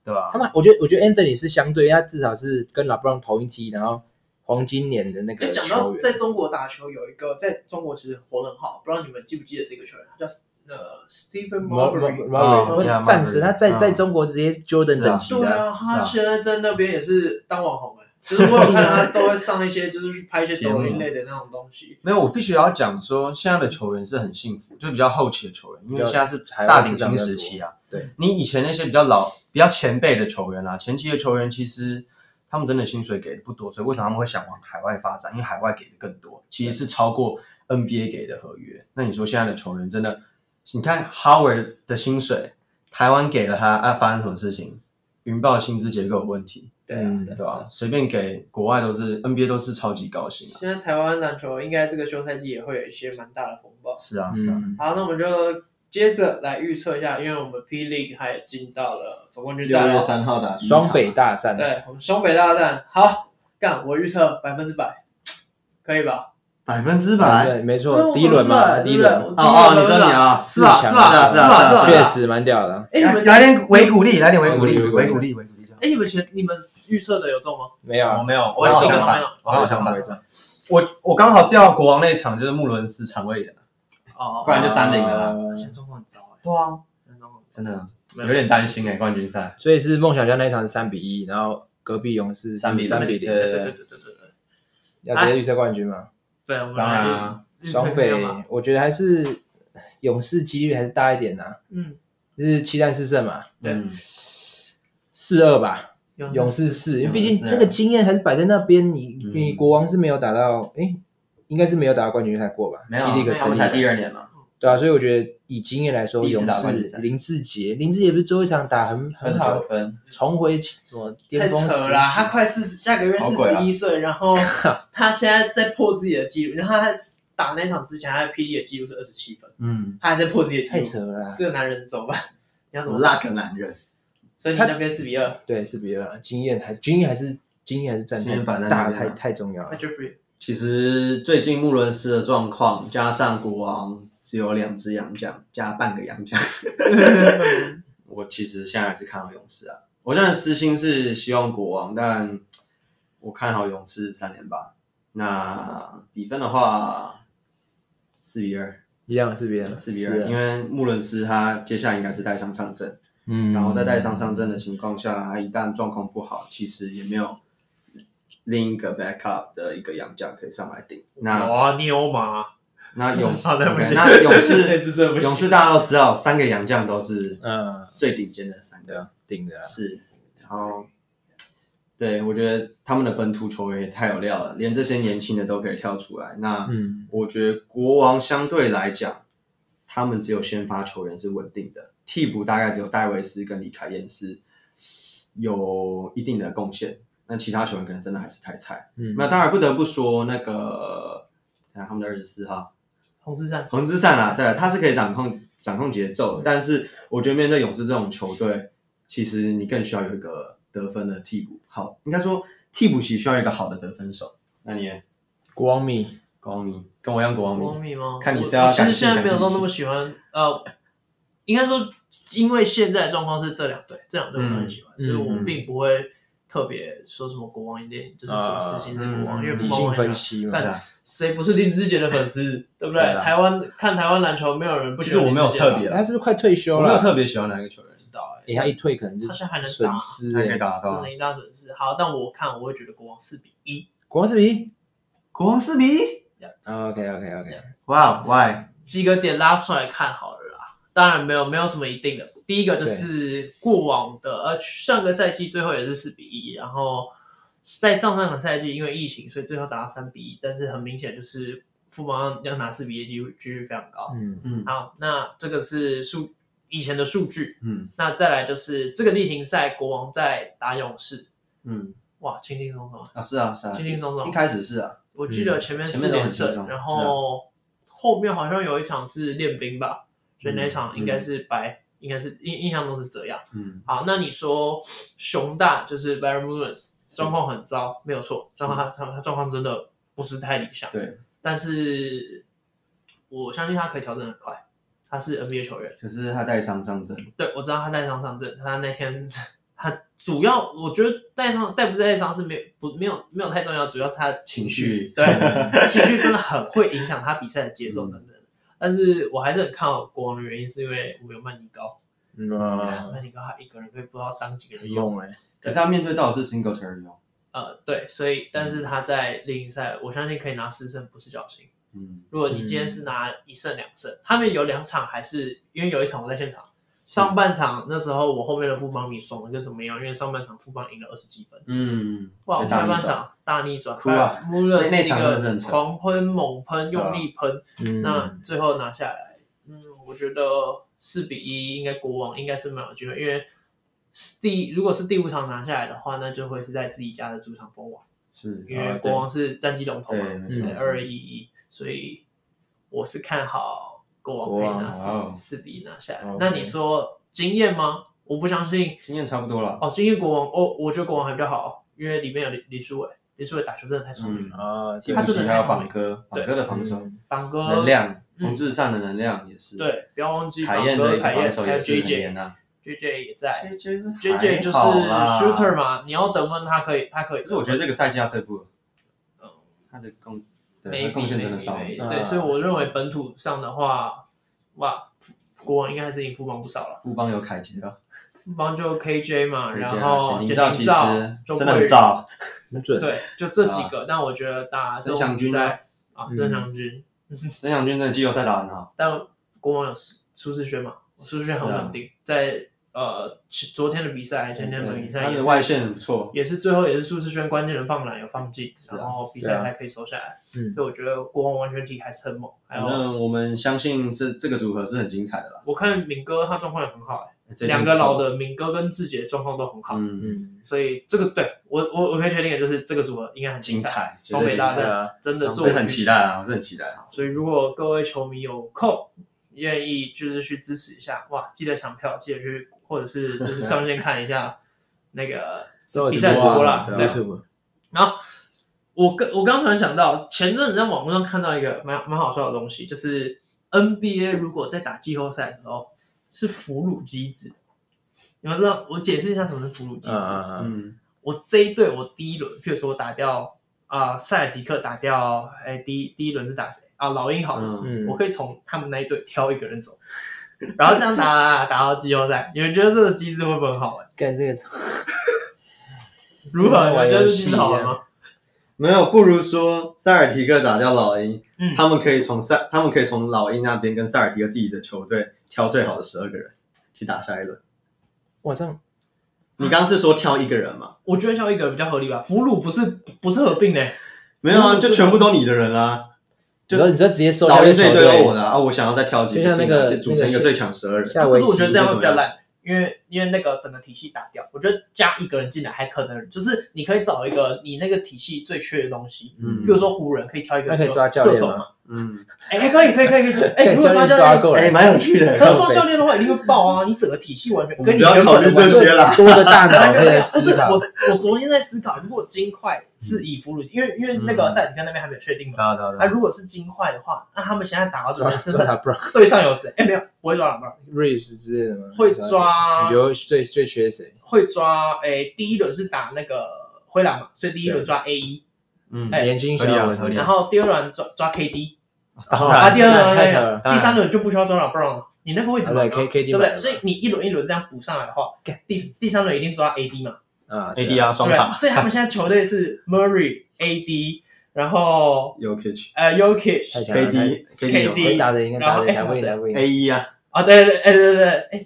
[SPEAKER 1] 对吧
[SPEAKER 3] 他？们，我觉得，我觉得 Anthony 是相对，他至少是跟 LeBron 同一梯，然后黄金年的那
[SPEAKER 2] 因
[SPEAKER 3] 个
[SPEAKER 2] 为讲到
[SPEAKER 3] 球员。
[SPEAKER 2] 在中国打球，有一个在中国其实活得很好，不知道你们记不记得这个球员，他叫呃 Stephen Marbury。
[SPEAKER 1] 哦
[SPEAKER 3] 我
[SPEAKER 1] yeah，
[SPEAKER 3] 暂时他在
[SPEAKER 1] Marbury，嗯
[SPEAKER 3] 在中国直接 Jordan
[SPEAKER 1] 是啊
[SPEAKER 3] 等级
[SPEAKER 2] 对
[SPEAKER 3] 的，
[SPEAKER 2] 啊，
[SPEAKER 1] 是啊
[SPEAKER 2] 他现在在那边也是当网红哎、其实我有看他都会上一些，就是去拍一些抖音类的那种东西。
[SPEAKER 1] 没有，我必须要讲说，现在的球员是很幸福，就比较后期的球员，因为
[SPEAKER 3] 比较
[SPEAKER 1] 现在是
[SPEAKER 3] 台
[SPEAKER 1] 大
[SPEAKER 3] 湾市
[SPEAKER 1] 顶
[SPEAKER 3] 场
[SPEAKER 1] 薪
[SPEAKER 3] 比较
[SPEAKER 1] 时期啊。
[SPEAKER 3] 多对，
[SPEAKER 1] 你以前那些比较老、比较前辈的球员啊，前期的球员其实他们真的薪水给的不多，所以为什么他们会想往海外发展？因为海外给的更多，其实是超过 NBA 给的合约。那你说现在的球员真的，你看 Howard 的薪水，台湾给了他，啊，发生什么事情？云豹薪资结构有问题，
[SPEAKER 2] 对啊，
[SPEAKER 3] 嗯
[SPEAKER 2] 对啊
[SPEAKER 1] 对吧？随便给国外都是 NBA 都是超级高薪啊。
[SPEAKER 2] 现在台湾篮球应该这个休赛季也会有一些蛮大的风暴。
[SPEAKER 1] 是啊，是啊。
[SPEAKER 3] 嗯，
[SPEAKER 2] 好，那我们就接着来预测一下，因为我们霹雳还进到了总冠军
[SPEAKER 1] 六
[SPEAKER 2] 赛
[SPEAKER 1] 月
[SPEAKER 2] 了，
[SPEAKER 1] 三号打第一场
[SPEAKER 3] 双北，大战，
[SPEAKER 2] 啊对我们双北大战，好干，我预测百分之百，可以吧？
[SPEAKER 1] 百分之百。
[SPEAKER 3] 啊对，没
[SPEAKER 2] 对啊
[SPEAKER 3] 错，
[SPEAKER 2] 我
[SPEAKER 3] 第一轮嘛，
[SPEAKER 2] 百分之百对
[SPEAKER 3] 第一
[SPEAKER 2] 不
[SPEAKER 3] 轮
[SPEAKER 2] 对
[SPEAKER 1] 哦哦，你
[SPEAKER 2] 第一轮
[SPEAKER 1] 说你啊，
[SPEAKER 2] 是吧？
[SPEAKER 3] 四
[SPEAKER 2] 是
[SPEAKER 3] 强
[SPEAKER 2] 吧？
[SPEAKER 1] 是啊是啊
[SPEAKER 2] 吧？吧？
[SPEAKER 1] 是
[SPEAKER 3] 确
[SPEAKER 1] 啊
[SPEAKER 3] 实蛮屌的，
[SPEAKER 2] 哎，你们
[SPEAKER 1] 来点微鼓励，来点微鼓励，
[SPEAKER 3] 微
[SPEAKER 1] 微
[SPEAKER 3] 鼓
[SPEAKER 1] 鼓
[SPEAKER 3] 励
[SPEAKER 1] 励，微鼓励。这样
[SPEAKER 2] 哎，你们全你们预测的有中吗？
[SPEAKER 3] 没有
[SPEAKER 1] 我
[SPEAKER 3] 啊，
[SPEAKER 1] 没有，
[SPEAKER 2] 我
[SPEAKER 1] 我
[SPEAKER 2] 也
[SPEAKER 1] 刚好
[SPEAKER 2] 中
[SPEAKER 1] 相
[SPEAKER 2] 了，没
[SPEAKER 1] 反
[SPEAKER 2] 有，。
[SPEAKER 1] 我刚好相
[SPEAKER 3] 违
[SPEAKER 1] 反。
[SPEAKER 3] 章
[SPEAKER 1] 我我刚好掉国王那场就是穆伦斯肠胃炎。
[SPEAKER 2] 哦，
[SPEAKER 1] 不然就三零了啦
[SPEAKER 3] 哦
[SPEAKER 2] 现在状况很糟哎，
[SPEAKER 1] 对啊，
[SPEAKER 2] 现在状况
[SPEAKER 1] 真的有点担心哎，冠军赛。
[SPEAKER 3] 所以是梦想家那一场是三比一，然后隔壁勇士
[SPEAKER 1] 3比
[SPEAKER 3] 三比零，
[SPEAKER 1] 对
[SPEAKER 2] 对对对对对对，
[SPEAKER 3] 要直接预测冠军嘛？
[SPEAKER 2] 对，我们
[SPEAKER 1] 当然
[SPEAKER 2] 来
[SPEAKER 1] 啊，
[SPEAKER 2] 预测
[SPEAKER 3] 双
[SPEAKER 2] 一下
[SPEAKER 3] 北
[SPEAKER 2] 嘛，
[SPEAKER 3] 我觉得还是勇士几率还是大一点的、
[SPEAKER 2] 嗯，
[SPEAKER 3] 就是七战四胜嘛，
[SPEAKER 2] 对
[SPEAKER 1] 嗯
[SPEAKER 3] 四二
[SPEAKER 1] 哦
[SPEAKER 3] 吧，勇
[SPEAKER 2] 勇士
[SPEAKER 3] 士四，因为
[SPEAKER 1] 勇士
[SPEAKER 3] 毕竟那个经验还是摆在那边，你
[SPEAKER 1] 嗯
[SPEAKER 3] 你国王是没有打到，诶，应该是没有打到冠军赛过吧？
[SPEAKER 1] 没有啊，
[SPEAKER 3] 霹雳一个
[SPEAKER 1] 他
[SPEAKER 3] 成
[SPEAKER 1] 们
[SPEAKER 3] 立
[SPEAKER 1] 才
[SPEAKER 3] 的，
[SPEAKER 1] 第二年嘛，
[SPEAKER 3] 对啊，所以我觉得以经验来说，
[SPEAKER 1] 第一
[SPEAKER 3] 勇
[SPEAKER 1] 次打冠军
[SPEAKER 3] 士
[SPEAKER 1] 赛
[SPEAKER 3] 林志杰，林志杰不是最后一场打很
[SPEAKER 1] 二
[SPEAKER 3] 很
[SPEAKER 1] 十九
[SPEAKER 3] 好，
[SPEAKER 1] 分，
[SPEAKER 3] 重回什么
[SPEAKER 2] 太
[SPEAKER 3] 巅峰时
[SPEAKER 2] 扯
[SPEAKER 3] 期
[SPEAKER 2] 了，他
[SPEAKER 1] 啊
[SPEAKER 2] 快四十，下个月
[SPEAKER 1] 好
[SPEAKER 2] 四
[SPEAKER 1] 鬼
[SPEAKER 2] 十
[SPEAKER 1] 啊
[SPEAKER 2] 一岁，然后他现在在破自己的记录，然后他在打那场之前，他的 PD 的记录是二十七分，
[SPEAKER 1] 嗯，
[SPEAKER 2] 他还在破自己的
[SPEAKER 3] 太
[SPEAKER 2] 记
[SPEAKER 3] 扯
[SPEAKER 2] 录，
[SPEAKER 3] 了啊啦，
[SPEAKER 2] 这个男人怎么办？你要怎么办？
[SPEAKER 1] 那个嗯男人，
[SPEAKER 2] 所以你
[SPEAKER 3] 他
[SPEAKER 2] 那边四比二，
[SPEAKER 3] 对，是别人经验还是经验还是经验还是占
[SPEAKER 1] 经验摆在那
[SPEAKER 3] 大
[SPEAKER 1] 边啊
[SPEAKER 3] 太太重要
[SPEAKER 2] 那
[SPEAKER 3] 了，
[SPEAKER 2] Jeffrey
[SPEAKER 1] 其实最近穆伦斯的状况，加上国王只有两只洋将加半个洋将，我其实现在还是看好勇士啊。我当然私心是希望国王，但我看好勇士三连霸。那比分的话，四比二，
[SPEAKER 3] 一样是别人
[SPEAKER 1] 四比
[SPEAKER 2] 啊
[SPEAKER 1] 二，因为穆伦斯他接下来应该是带伤上阵，
[SPEAKER 3] 嗯
[SPEAKER 1] 然后在带伤上阵的情况下，他一旦状况不好，其实也没有另一个 backup 的一个洋将可以上来顶。那
[SPEAKER 2] 哇妞嘛，
[SPEAKER 1] 那勇士，
[SPEAKER 2] 好的不
[SPEAKER 1] OK，
[SPEAKER 2] 行，
[SPEAKER 1] 那勇
[SPEAKER 2] 这
[SPEAKER 1] 士，
[SPEAKER 2] 次真的不行
[SPEAKER 1] 勇士大家都知道，三个洋将都是
[SPEAKER 3] 嗯，
[SPEAKER 1] 最顶尖的三
[SPEAKER 3] 对
[SPEAKER 1] 个，
[SPEAKER 3] 啊，顶着啊，
[SPEAKER 1] 是，然后，对我觉得他们的本土球员也太有料了，连这些年轻的都可以跳出来。那
[SPEAKER 3] 嗯，
[SPEAKER 1] 我觉得国王相对来讲，他们只有先发球员是稳定的，替补大概只有戴维斯跟李凯燕是有一定的贡献，那其他球员可能真的还是太菜。
[SPEAKER 3] 嗯
[SPEAKER 1] 那当然不得不说那个，看他们的二十四号。
[SPEAKER 2] 红之战，
[SPEAKER 1] 横之善啊，对，他是可以掌控掌控节奏的，但是我觉得面对勇士这种球队，其实你更需要有一个得分的替补，好，应该说替补席需要一个好的得分手。那你呢
[SPEAKER 3] 国王米
[SPEAKER 1] 国王迷跟我一样国
[SPEAKER 2] 国
[SPEAKER 1] 王迷，
[SPEAKER 2] 米吗？
[SPEAKER 1] 看你是
[SPEAKER 2] 我
[SPEAKER 1] 要
[SPEAKER 2] 我其
[SPEAKER 1] 感
[SPEAKER 2] 实
[SPEAKER 1] 性
[SPEAKER 2] 现在没有
[SPEAKER 1] 还是
[SPEAKER 2] 到
[SPEAKER 1] 理
[SPEAKER 2] 那么喜欢，呃，应该说，因为现在的状况是这两队，这两队我都很喜欢，
[SPEAKER 3] 嗯
[SPEAKER 2] 所以我
[SPEAKER 1] 嗯嗯
[SPEAKER 2] 并不会特别说什么国王一定就是什么事情是国王，
[SPEAKER 1] 啊
[SPEAKER 2] 因为国
[SPEAKER 3] 理
[SPEAKER 2] 王
[SPEAKER 3] 性
[SPEAKER 2] 我很
[SPEAKER 3] 分
[SPEAKER 2] 喜
[SPEAKER 3] 析嘛
[SPEAKER 1] 是，啊，
[SPEAKER 2] 欢谁不是林志杰的粉丝，对不对？
[SPEAKER 3] 对啊
[SPEAKER 2] 台湾看台湾篮球，没有人不
[SPEAKER 1] 其
[SPEAKER 2] 喜
[SPEAKER 1] 实
[SPEAKER 2] 欢
[SPEAKER 1] 我
[SPEAKER 2] 林
[SPEAKER 1] 没
[SPEAKER 2] 志
[SPEAKER 1] 有
[SPEAKER 2] 杰吧。
[SPEAKER 1] 特别，
[SPEAKER 3] 他是不是快退休
[SPEAKER 1] 我没有
[SPEAKER 3] 了？
[SPEAKER 1] 特别喜欢哪一个球员
[SPEAKER 2] 不，知道哎、
[SPEAKER 3] 诶他一退可能就
[SPEAKER 2] 好像还能打
[SPEAKER 3] 损失欸
[SPEAKER 1] 他可以
[SPEAKER 3] 诶，
[SPEAKER 1] 打得
[SPEAKER 2] 真
[SPEAKER 1] 到
[SPEAKER 2] 的一大损失。好，但我看我会觉得国王四比一。
[SPEAKER 3] 国王是比
[SPEAKER 1] 国王四比，
[SPEAKER 3] ，OK OK OK，
[SPEAKER 1] 哇，Why？
[SPEAKER 2] 几个点拉出来看好了啦。当然没有没有什么一定的，第一个就是过往的，呃，上个赛季最后也是四比一，然后在上上个赛季因为疫情，所以最后打到三比一，但是很明显就是富邦要拿四比一几率几率非常高。
[SPEAKER 3] 嗯，
[SPEAKER 1] 嗯
[SPEAKER 2] 好，那这个是数以前的数据，
[SPEAKER 1] 嗯
[SPEAKER 2] 那再来就是这个例行赛国王在打勇士，
[SPEAKER 1] 嗯，
[SPEAKER 2] 哇，轻轻松松啊，
[SPEAKER 1] 啊是啊是啊，
[SPEAKER 2] 轻轻松松
[SPEAKER 1] 一开始是啊，
[SPEAKER 2] 我记得前面
[SPEAKER 1] 前
[SPEAKER 2] 四
[SPEAKER 1] 面都
[SPEAKER 2] 连
[SPEAKER 1] 很轻
[SPEAKER 2] 胜，
[SPEAKER 1] 松啊
[SPEAKER 2] 然后后面好像有一场是练兵吧，所以那一场应该是白，应该是印印象中是这样。
[SPEAKER 1] 嗯
[SPEAKER 2] 好，那你说熊大就是 Barry m u l i n s 状况很糟，没有错，
[SPEAKER 1] 是
[SPEAKER 2] 然后他他他状况真的不是太理想，
[SPEAKER 1] 对，
[SPEAKER 2] 但是我相信他可以调整很快，他是 NBA 球员，
[SPEAKER 1] 可是他带伤上阵，
[SPEAKER 2] 对我知道他带伤上阵，他那天他主要我觉得带伤带不带伤是没有不没有没有太重要，主要是他的
[SPEAKER 1] 情绪
[SPEAKER 2] 对，他情绪真的很会影响他比赛的节奏等等。但是我还是很看好国王的原因，是因为我们有曼尼高，
[SPEAKER 3] 嗯啊，
[SPEAKER 2] 曼尼高他一个人可以不知道当几个人用。欸
[SPEAKER 3] 梦诶，
[SPEAKER 1] 可是他面对到的是 Singletary 哦，
[SPEAKER 2] 呃，对，所以但是他在另一赛，我相信可以拿四胜，不是侥幸。
[SPEAKER 1] 嗯
[SPEAKER 2] 如果你今天是拿一胜两胜，他们有两场还是因为有一场我在现场，上半场那时候我后面的副帮你爽的跟什么一样，因为上半场副帮赢了二十几分，
[SPEAKER 1] 嗯，
[SPEAKER 2] 哇，
[SPEAKER 1] 被
[SPEAKER 2] 下
[SPEAKER 1] 大逆
[SPEAKER 2] 半
[SPEAKER 1] 转
[SPEAKER 2] 场大逆转，
[SPEAKER 1] 哭啊！
[SPEAKER 2] 穆勒是
[SPEAKER 1] 那那
[SPEAKER 2] 一
[SPEAKER 1] 场真的是
[SPEAKER 2] 个
[SPEAKER 1] 很扯啊
[SPEAKER 2] 狂喷、猛喷、用力喷，
[SPEAKER 3] 嗯，
[SPEAKER 2] 那最后拿下来，嗯，我觉得四比一，应该国王应该是蛮有机会，因为是第如果是第五场拿下来的话，那就会是在自己家的主场封王，
[SPEAKER 1] 是
[SPEAKER 2] 因为
[SPEAKER 3] 啊
[SPEAKER 2] 国王是战绩龙头嘛
[SPEAKER 1] 对，没
[SPEAKER 3] 错
[SPEAKER 2] 二一一，所以我是看好国
[SPEAKER 3] 国
[SPEAKER 2] 王可以
[SPEAKER 3] 王
[SPEAKER 2] 拿四
[SPEAKER 1] 哇哦
[SPEAKER 2] 四比一拿下来。
[SPEAKER 3] OK
[SPEAKER 2] 那你说经验吗？我不相信
[SPEAKER 1] 经验差不多了。
[SPEAKER 2] 哦，经验国王哦，我觉得国王还比较好，因为里面有李李书伟，李书伟打球真的太聪明了，
[SPEAKER 1] 嗯，
[SPEAKER 3] 啊，
[SPEAKER 1] 替
[SPEAKER 3] 这
[SPEAKER 1] 补
[SPEAKER 2] 他
[SPEAKER 3] 个
[SPEAKER 2] 真的
[SPEAKER 1] 席还有
[SPEAKER 2] 太聪明
[SPEAKER 1] 榜哥，
[SPEAKER 2] 对
[SPEAKER 1] 榜哥的防守
[SPEAKER 3] 嗯
[SPEAKER 2] 榜哥
[SPEAKER 1] 能量，
[SPEAKER 2] 嗯
[SPEAKER 1] 洪志善的能量也是。，
[SPEAKER 2] 对，不要忘记
[SPEAKER 1] 海
[SPEAKER 2] 榜
[SPEAKER 1] 燕的
[SPEAKER 2] 哥、
[SPEAKER 1] 一个
[SPEAKER 2] 凯
[SPEAKER 1] 防
[SPEAKER 2] 燕
[SPEAKER 1] 守
[SPEAKER 2] 还有
[SPEAKER 1] 也是很
[SPEAKER 2] JJ
[SPEAKER 1] 严啊。
[SPEAKER 2] JJ 也在
[SPEAKER 1] JJ 是
[SPEAKER 2] ，JJ 就是
[SPEAKER 1] 还好啦
[SPEAKER 2] shooter 嘛，你要得分他可以，他可以得分。
[SPEAKER 1] 可是我觉得这个赛季他退步了，
[SPEAKER 2] 嗯
[SPEAKER 1] 他的贡对他
[SPEAKER 2] maybe
[SPEAKER 1] 贡献真的
[SPEAKER 2] maybe，
[SPEAKER 1] 少。
[SPEAKER 2] maybe，
[SPEAKER 3] 嗯
[SPEAKER 2] 对，所以我认为本土上的话，哇，国王应该还是赢富邦不少了。
[SPEAKER 1] 富邦有凯杰啊，
[SPEAKER 2] 富邦就 KJ 嘛，
[SPEAKER 1] 凯杰
[SPEAKER 2] 然
[SPEAKER 1] 啊，
[SPEAKER 2] 后
[SPEAKER 1] 简
[SPEAKER 2] 简
[SPEAKER 1] 宁照
[SPEAKER 2] 廷
[SPEAKER 1] 其
[SPEAKER 2] 照
[SPEAKER 1] 实、
[SPEAKER 2] 周
[SPEAKER 1] 真的
[SPEAKER 2] 桂
[SPEAKER 1] 很
[SPEAKER 2] 宇
[SPEAKER 1] 照，啊
[SPEAKER 3] 很准，
[SPEAKER 2] 对，就这几个。但我觉得打这
[SPEAKER 1] 曾祥
[SPEAKER 2] 种比
[SPEAKER 1] 军呢
[SPEAKER 2] 赛啊，
[SPEAKER 3] 嗯
[SPEAKER 2] 郑祥军，
[SPEAKER 1] 曾祥军真的季后赛打得很好，
[SPEAKER 2] 但国王有苏苏世轩嘛，苏世轩很
[SPEAKER 1] 啊
[SPEAKER 2] 稳定，在呃其昨天的比赛、前天的比赛
[SPEAKER 1] 他
[SPEAKER 2] 也
[SPEAKER 1] 的
[SPEAKER 2] 是
[SPEAKER 1] 外线很不错，
[SPEAKER 2] 也是最后也是苏世轩关键的放篮有放进，
[SPEAKER 1] 是啊
[SPEAKER 2] 然后比
[SPEAKER 3] 对
[SPEAKER 2] 赛
[SPEAKER 3] 啊
[SPEAKER 2] 才可以收下来。
[SPEAKER 3] 嗯
[SPEAKER 2] 所以我觉得国王完全体还是很猛。还
[SPEAKER 1] 反
[SPEAKER 2] 有
[SPEAKER 1] 正我们相信这这个组合是很精彩的啦。
[SPEAKER 2] 我看敏哥他状况也很好哎。
[SPEAKER 1] 这一
[SPEAKER 2] 两
[SPEAKER 1] 天
[SPEAKER 2] 个
[SPEAKER 1] 不错
[SPEAKER 2] 老，的敏哥跟志杰状况都很好，
[SPEAKER 1] 嗯，
[SPEAKER 3] 嗯，
[SPEAKER 2] 所以这个对我我我可以确定的就是这个组合应该很
[SPEAKER 1] 精
[SPEAKER 2] 彩，
[SPEAKER 1] 彩，
[SPEAKER 2] 双北大
[SPEAKER 1] 绝对精彩
[SPEAKER 3] 对
[SPEAKER 2] 战
[SPEAKER 3] 啊，
[SPEAKER 2] 真的
[SPEAKER 1] 我
[SPEAKER 2] 做
[SPEAKER 1] 是很期待。啊，我是很期待。
[SPEAKER 2] 所以如果各位球迷有空，愿意就是去支持一下，哇，记得抢票，记得去或者是就是上线看一下 那个比赛直播啦，
[SPEAKER 1] 对啊
[SPEAKER 2] 对。
[SPEAKER 3] YouTube，
[SPEAKER 2] 然后我刚我刚突然想到，前阵子在网络上看到一个蛮蛮好笑的东西，就是 NBA 如果在打季后赛的时候是俘虏机制，你们知道我解释一下什么是俘虏机制？
[SPEAKER 3] 嗯嗯嗯，
[SPEAKER 1] 嗯，
[SPEAKER 2] 我这一队我第一轮，譬如说我打掉啊、塞尔吉克打掉，哎第一第一轮是打谁啊老鹰好了，
[SPEAKER 1] 嗯，
[SPEAKER 3] 嗯
[SPEAKER 2] 我可以从他们那一队挑一个人走。然后这样打打打打到季后赛，你们觉得这个机制会不会很好玩？
[SPEAKER 3] 干这个
[SPEAKER 2] 如何？你们觉得这
[SPEAKER 3] 玩游
[SPEAKER 2] 个
[SPEAKER 3] 戏
[SPEAKER 2] 机制好玩吗？
[SPEAKER 1] 没有，不如说塞尔提克打掉老鹰，
[SPEAKER 2] 嗯
[SPEAKER 1] 他们可以从塞，他们可以从老鹰那边跟塞尔提克自己的球队挑最好的十二个人去打下一轮。
[SPEAKER 3] 晚上
[SPEAKER 1] 你刚刚是说挑一个人吗？
[SPEAKER 2] 我觉得挑一个比较合理吧。俘虏不是不是合并的、
[SPEAKER 1] 没有啊，
[SPEAKER 2] 嗯
[SPEAKER 1] 就全部都你的人啊。就
[SPEAKER 3] 然后你知道直接收
[SPEAKER 1] 老鹰这
[SPEAKER 3] 这
[SPEAKER 1] 一队都我的啊，啊我想要再挑几
[SPEAKER 3] 嗯就
[SPEAKER 1] 个
[SPEAKER 3] 像那
[SPEAKER 1] 进
[SPEAKER 3] 个
[SPEAKER 1] 来，组成一个
[SPEAKER 3] 那个
[SPEAKER 1] 最强十二人。
[SPEAKER 3] 下
[SPEAKER 2] 可
[SPEAKER 3] 围
[SPEAKER 2] 是
[SPEAKER 3] 棋，
[SPEAKER 2] 我觉得这样会比
[SPEAKER 1] 你觉得怎
[SPEAKER 2] 较
[SPEAKER 1] 么
[SPEAKER 2] 烂，因为因为那个整个体系打掉，我觉得加一个人进来还可能，就是你可以找一个你那个体系最缺的东西，
[SPEAKER 1] 嗯
[SPEAKER 2] 比如说湖人可以挑一个
[SPEAKER 3] 那可以抓教
[SPEAKER 2] 射
[SPEAKER 3] 练
[SPEAKER 2] 手
[SPEAKER 3] 吗
[SPEAKER 2] 嘛，
[SPEAKER 1] 嗯，
[SPEAKER 2] 哎、可以可以可以 可以，哎、
[SPEAKER 3] 干
[SPEAKER 2] 如
[SPEAKER 3] 教
[SPEAKER 2] 果抓
[SPEAKER 3] 练
[SPEAKER 2] 教
[SPEAKER 3] 抓
[SPEAKER 2] 练，
[SPEAKER 3] 够了
[SPEAKER 1] 哎，，蛮有趣的
[SPEAKER 2] 可是
[SPEAKER 3] 靠
[SPEAKER 2] 抓
[SPEAKER 3] 北
[SPEAKER 2] 教练的话一定会爆啊，你整个体系完全
[SPEAKER 1] 我
[SPEAKER 2] 跟
[SPEAKER 1] 们
[SPEAKER 2] 你
[SPEAKER 1] 不要
[SPEAKER 2] 原
[SPEAKER 1] 考
[SPEAKER 2] 本
[SPEAKER 1] 虑
[SPEAKER 2] 的
[SPEAKER 1] 这
[SPEAKER 2] 完全
[SPEAKER 1] 些啦。
[SPEAKER 3] 多的大 脑可
[SPEAKER 2] 对
[SPEAKER 3] 以
[SPEAKER 2] 啊，不是
[SPEAKER 3] 思考
[SPEAKER 2] 我，我昨天在思考，如果金块是以俘虏，因为因为
[SPEAKER 3] 嗯
[SPEAKER 2] 那个塞尔提克那边还没有确定嘛，
[SPEAKER 1] 打打
[SPEAKER 2] 那、如果是金块的话，那他们现在打到这
[SPEAKER 3] 啊抓
[SPEAKER 2] 边是很
[SPEAKER 3] 抓 Brown
[SPEAKER 2] 对上有谁？哎，没有，不会抓老帽，
[SPEAKER 3] Reeves 之类的吗？
[SPEAKER 2] 会
[SPEAKER 3] 谁
[SPEAKER 2] 抓
[SPEAKER 3] 你觉得最最缺谁？
[SPEAKER 2] 会抓。哎，第一轮是打那个灰狼嘛，所以第一轮抓 A 一，
[SPEAKER 1] 嗯，
[SPEAKER 2] 哎
[SPEAKER 3] 年轻小哦
[SPEAKER 1] 合理啊
[SPEAKER 3] 伙
[SPEAKER 1] 合
[SPEAKER 3] 子
[SPEAKER 1] 理，
[SPEAKER 2] 然后第二轮抓抓 KD，
[SPEAKER 1] 当
[SPEAKER 2] 啊，
[SPEAKER 1] 然，
[SPEAKER 2] 第二轮
[SPEAKER 3] 太扯了
[SPEAKER 2] 第三轮就不需要抓老帽了，你那个位置
[SPEAKER 3] 啊
[SPEAKER 2] 满
[SPEAKER 3] 对，K
[SPEAKER 2] 了，
[SPEAKER 3] K D
[SPEAKER 2] 对不对？所以你一轮一轮这样补上来的话，第第三轮一定是抓 AD 嘛，
[SPEAKER 3] 啊
[SPEAKER 1] ADR
[SPEAKER 2] 对
[SPEAKER 1] 双
[SPEAKER 2] 不对？
[SPEAKER 1] 塔
[SPEAKER 2] 所以他们现在球队是 Murray AD，然后
[SPEAKER 1] 有 KD
[SPEAKER 2] 呃 Yokich，
[SPEAKER 3] 太强了
[SPEAKER 1] KD
[SPEAKER 2] KD
[SPEAKER 1] 有
[SPEAKER 3] 回答的应该
[SPEAKER 2] 然
[SPEAKER 3] 答
[SPEAKER 2] 后
[SPEAKER 3] 的
[SPEAKER 2] 哎
[SPEAKER 3] 答不赢，
[SPEAKER 2] 还
[SPEAKER 3] 答不赢。
[SPEAKER 1] A 一啊，
[SPEAKER 2] 啊，对对对对对，哎，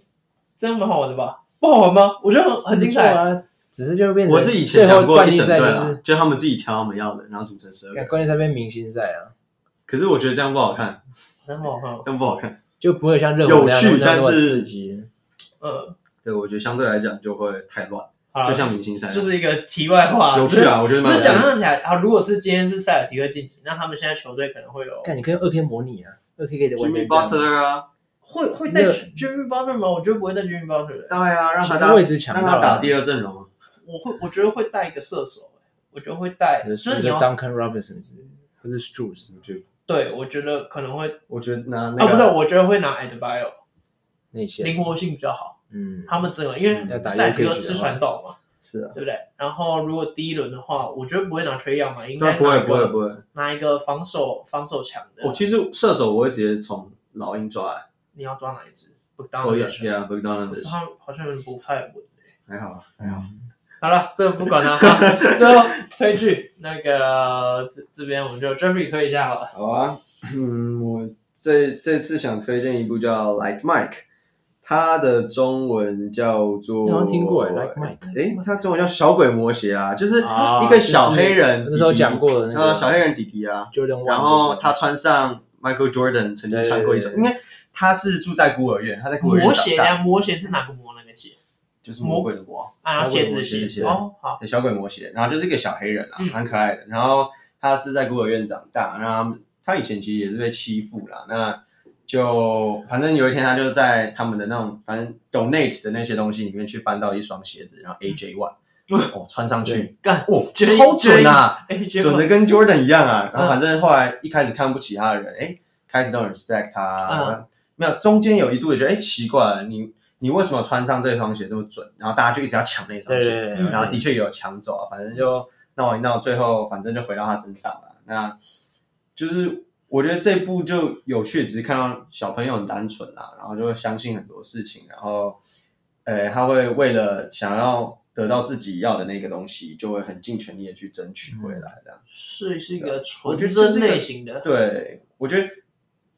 [SPEAKER 2] 这样蛮好玩的吧？不好玩吗？我觉得很很精彩。
[SPEAKER 3] 啊，只是就变成
[SPEAKER 1] 我是以前
[SPEAKER 3] 最
[SPEAKER 1] 想
[SPEAKER 3] 后
[SPEAKER 1] 过
[SPEAKER 3] 冠
[SPEAKER 1] 一
[SPEAKER 3] 军
[SPEAKER 1] 整
[SPEAKER 3] 赛
[SPEAKER 1] 队
[SPEAKER 3] 就
[SPEAKER 1] 啊
[SPEAKER 3] 是，
[SPEAKER 1] 就他们自己挑他们要的，然后组成十二个人。
[SPEAKER 3] 冠军赛变明星赛啊，
[SPEAKER 1] 可是我觉得这样不好看，
[SPEAKER 2] 很好看。
[SPEAKER 1] 这样不好看。
[SPEAKER 3] 就不会像热火那样
[SPEAKER 1] 有趣
[SPEAKER 3] 那么
[SPEAKER 1] 但是
[SPEAKER 3] 刺激。
[SPEAKER 2] 嗯，
[SPEAKER 1] 对，我觉得相对来讲就会太乱，
[SPEAKER 2] 好啦
[SPEAKER 1] 啊就像明星赛一样
[SPEAKER 2] 就是一个题外话，
[SPEAKER 1] 有趣啊，我觉
[SPEAKER 2] 只
[SPEAKER 1] 得
[SPEAKER 2] 是。
[SPEAKER 1] 蛮
[SPEAKER 2] 只
[SPEAKER 1] 有趣
[SPEAKER 2] 是
[SPEAKER 1] 的
[SPEAKER 2] 想象起来啊，如果是今天是塞尔提克晋级，那他们现在球队可能会有
[SPEAKER 3] 看，你可以用二 K 模拟啊，二 K 可以完成
[SPEAKER 1] Jimmy
[SPEAKER 3] 这样
[SPEAKER 1] Butler 啊，
[SPEAKER 2] 会会
[SPEAKER 3] 那
[SPEAKER 2] Jimmy Butler 吗？我觉得不会带 Jimmy Butler，
[SPEAKER 1] 对啊，让他打
[SPEAKER 3] 位置抢
[SPEAKER 1] 让
[SPEAKER 3] 到
[SPEAKER 1] 他
[SPEAKER 3] 啊
[SPEAKER 1] 打第，二阵容啊。
[SPEAKER 2] 我会我觉得会带一个射手，欸我觉得会带，
[SPEAKER 3] 就
[SPEAKER 2] 就是是你
[SPEAKER 3] 就
[SPEAKER 2] 要
[SPEAKER 3] Duncan Robinson 之类的或是 Struz 就
[SPEAKER 2] 对，我觉得可能会啊，
[SPEAKER 1] 我觉得拿那
[SPEAKER 2] 不对，
[SPEAKER 1] 个
[SPEAKER 2] 我觉得会拿 Adbio，
[SPEAKER 3] 内线，
[SPEAKER 2] 灵活性比较好，
[SPEAKER 3] 嗯，
[SPEAKER 2] 他们整个因
[SPEAKER 3] 要
[SPEAKER 2] 为
[SPEAKER 3] 打
[SPEAKER 2] 塞尔提
[SPEAKER 3] Jokic
[SPEAKER 2] 克
[SPEAKER 3] 的
[SPEAKER 2] 吃
[SPEAKER 3] 话
[SPEAKER 2] 传导嘛，
[SPEAKER 1] 是啊，
[SPEAKER 2] 对不对？然后如果第一轮的话，我觉得不会拿吹样嘛，应
[SPEAKER 1] 对，
[SPEAKER 2] 该
[SPEAKER 1] 不
[SPEAKER 2] 拿
[SPEAKER 1] 会
[SPEAKER 2] 一
[SPEAKER 1] 不会
[SPEAKER 2] 个啊
[SPEAKER 1] 不会。
[SPEAKER 2] 拿一个防守防守强的
[SPEAKER 1] 我，其实射手我会直接从老鹰抓来，
[SPEAKER 2] 你要抓哪一支？不当
[SPEAKER 1] 哦
[SPEAKER 2] 然
[SPEAKER 1] 也
[SPEAKER 2] 的
[SPEAKER 1] 是啊 b o g d a n o v
[SPEAKER 2] 他好像有点不太稳。
[SPEAKER 1] 还好啊还好。
[SPEAKER 2] 好了，这个不管了。好 最后推剧，那个这这边我们就 Jeffrey 推一下好了。
[SPEAKER 1] 好啊， 嗯，我这这次想推荐一部叫《Like Mike》，它的中文叫做……
[SPEAKER 3] 你好像听过哎，Like Mike
[SPEAKER 1] 诶，它中文叫《小鬼魔鞋》啊，就是
[SPEAKER 3] 啊
[SPEAKER 1] 一个小黑人弟弟、
[SPEAKER 3] 那时候讲过的那个
[SPEAKER 1] 呃，小黑人弟弟啊，
[SPEAKER 3] Jordan，Wall
[SPEAKER 1] 然后
[SPEAKER 3] 的时
[SPEAKER 1] 他
[SPEAKER 3] 候
[SPEAKER 1] 穿上 Michael Jordan 曾经穿过一首，
[SPEAKER 3] 对对对啊
[SPEAKER 1] 因为他是住在孤儿院，他在孤儿院
[SPEAKER 2] 魔
[SPEAKER 1] 长
[SPEAKER 2] 鞋
[SPEAKER 1] 大，
[SPEAKER 2] 呀，魔鞋是哪个魔？那个鞋
[SPEAKER 1] 就是魔鬼的魔。
[SPEAKER 2] 啊，然后鞋
[SPEAKER 3] 小
[SPEAKER 2] 子
[SPEAKER 3] 鬼魔
[SPEAKER 2] 的
[SPEAKER 3] 鞋
[SPEAKER 2] 鞋
[SPEAKER 1] 鞋
[SPEAKER 2] 哦，好，
[SPEAKER 1] 小鬼魔鞋，然后就是一个小黑人啊，
[SPEAKER 2] 嗯
[SPEAKER 1] 蛮可爱的。然后他是在孤儿院长大，那他们他以前其实也是被欺负啦，那就反正有一天他就在他们的那种反正 donate 的那些东西里面去翻到了一双鞋子，然后 AJ One，、哦穿上去，
[SPEAKER 2] 嗯干
[SPEAKER 1] 哦
[SPEAKER 2] 追
[SPEAKER 1] 超准啊！
[SPEAKER 2] 哎，结
[SPEAKER 1] 准
[SPEAKER 2] 果
[SPEAKER 1] 的跟 Jordan 一样啊。然后
[SPEAKER 2] 嗯
[SPEAKER 1] 反正后来一开始看不起他的人，哎、开始都很 respect 他。啊
[SPEAKER 2] 嗯
[SPEAKER 1] 没有，中间有一度也觉得，哎、奇怪，你你为什么穿上这双鞋这么准？然后大家就一直要抢那双
[SPEAKER 3] 对
[SPEAKER 1] 鞋，
[SPEAKER 3] 对对对，
[SPEAKER 2] 嗯
[SPEAKER 1] 然后的确也有抢走啊，反正就闹一闹，最后反正就回到他身上了。那就是我觉得这部就有趣，只是看到小朋友很单纯啊，然后就会相信很多事情，然后呃，他会为了想要得到自己要的那个东西，就会很尽全力的去争取回来这样。
[SPEAKER 2] 是是一个纯
[SPEAKER 1] 啊我觉得这是
[SPEAKER 2] 真
[SPEAKER 1] 一个
[SPEAKER 2] 类型的，
[SPEAKER 1] 对，我觉得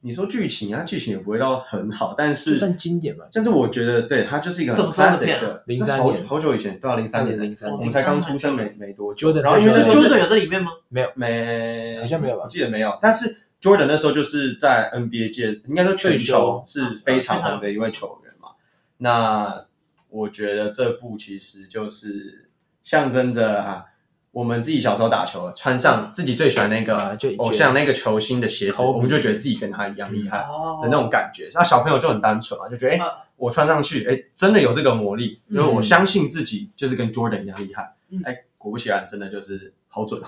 [SPEAKER 1] 你说剧情啊，剧情也不会到很好，但
[SPEAKER 3] 就是算经典吧。
[SPEAKER 1] 但是我觉得对它就是一个很
[SPEAKER 2] 什么时候的
[SPEAKER 1] classic
[SPEAKER 2] 片啊哦
[SPEAKER 1] 的，
[SPEAKER 3] 03
[SPEAKER 1] 这好
[SPEAKER 3] 年
[SPEAKER 1] 好久以前，对啊，零三年的，
[SPEAKER 3] 2003
[SPEAKER 1] 我
[SPEAKER 2] 年
[SPEAKER 1] 们才刚出生没没多久，
[SPEAKER 3] Jordan
[SPEAKER 1] 然后因为
[SPEAKER 2] 就
[SPEAKER 1] 那
[SPEAKER 2] 是
[SPEAKER 1] 时候
[SPEAKER 2] Jordan
[SPEAKER 1] 是
[SPEAKER 2] 有在里面吗？
[SPEAKER 1] 没
[SPEAKER 3] 好像没有吧
[SPEAKER 1] 我记得没有，但是 Jordan 那时候就是在 NBA 界，应该说全球
[SPEAKER 3] 啊
[SPEAKER 1] 是非常红的一位球员嘛。那我觉得这部其实就是象征着啊。我们自己小时候打球，穿上自己最喜欢那
[SPEAKER 3] 啊
[SPEAKER 1] 个
[SPEAKER 3] 就
[SPEAKER 1] 偶像那个球星的鞋子，
[SPEAKER 3] Kobe 嗯
[SPEAKER 1] 我们就觉得自己跟他一样厉害。
[SPEAKER 2] 哦
[SPEAKER 1] 的那种感觉。那啊小朋友就很单纯嘛，就觉得哎、诶
[SPEAKER 2] 啊
[SPEAKER 1] 我穿上去，哎、真的有这个魔力，因为我
[SPEAKER 3] 嗯
[SPEAKER 1] 相信自己就是跟 Jordan 一样厉害
[SPEAKER 2] 嗯。
[SPEAKER 1] 哎、果不其然，真的就是好准哦。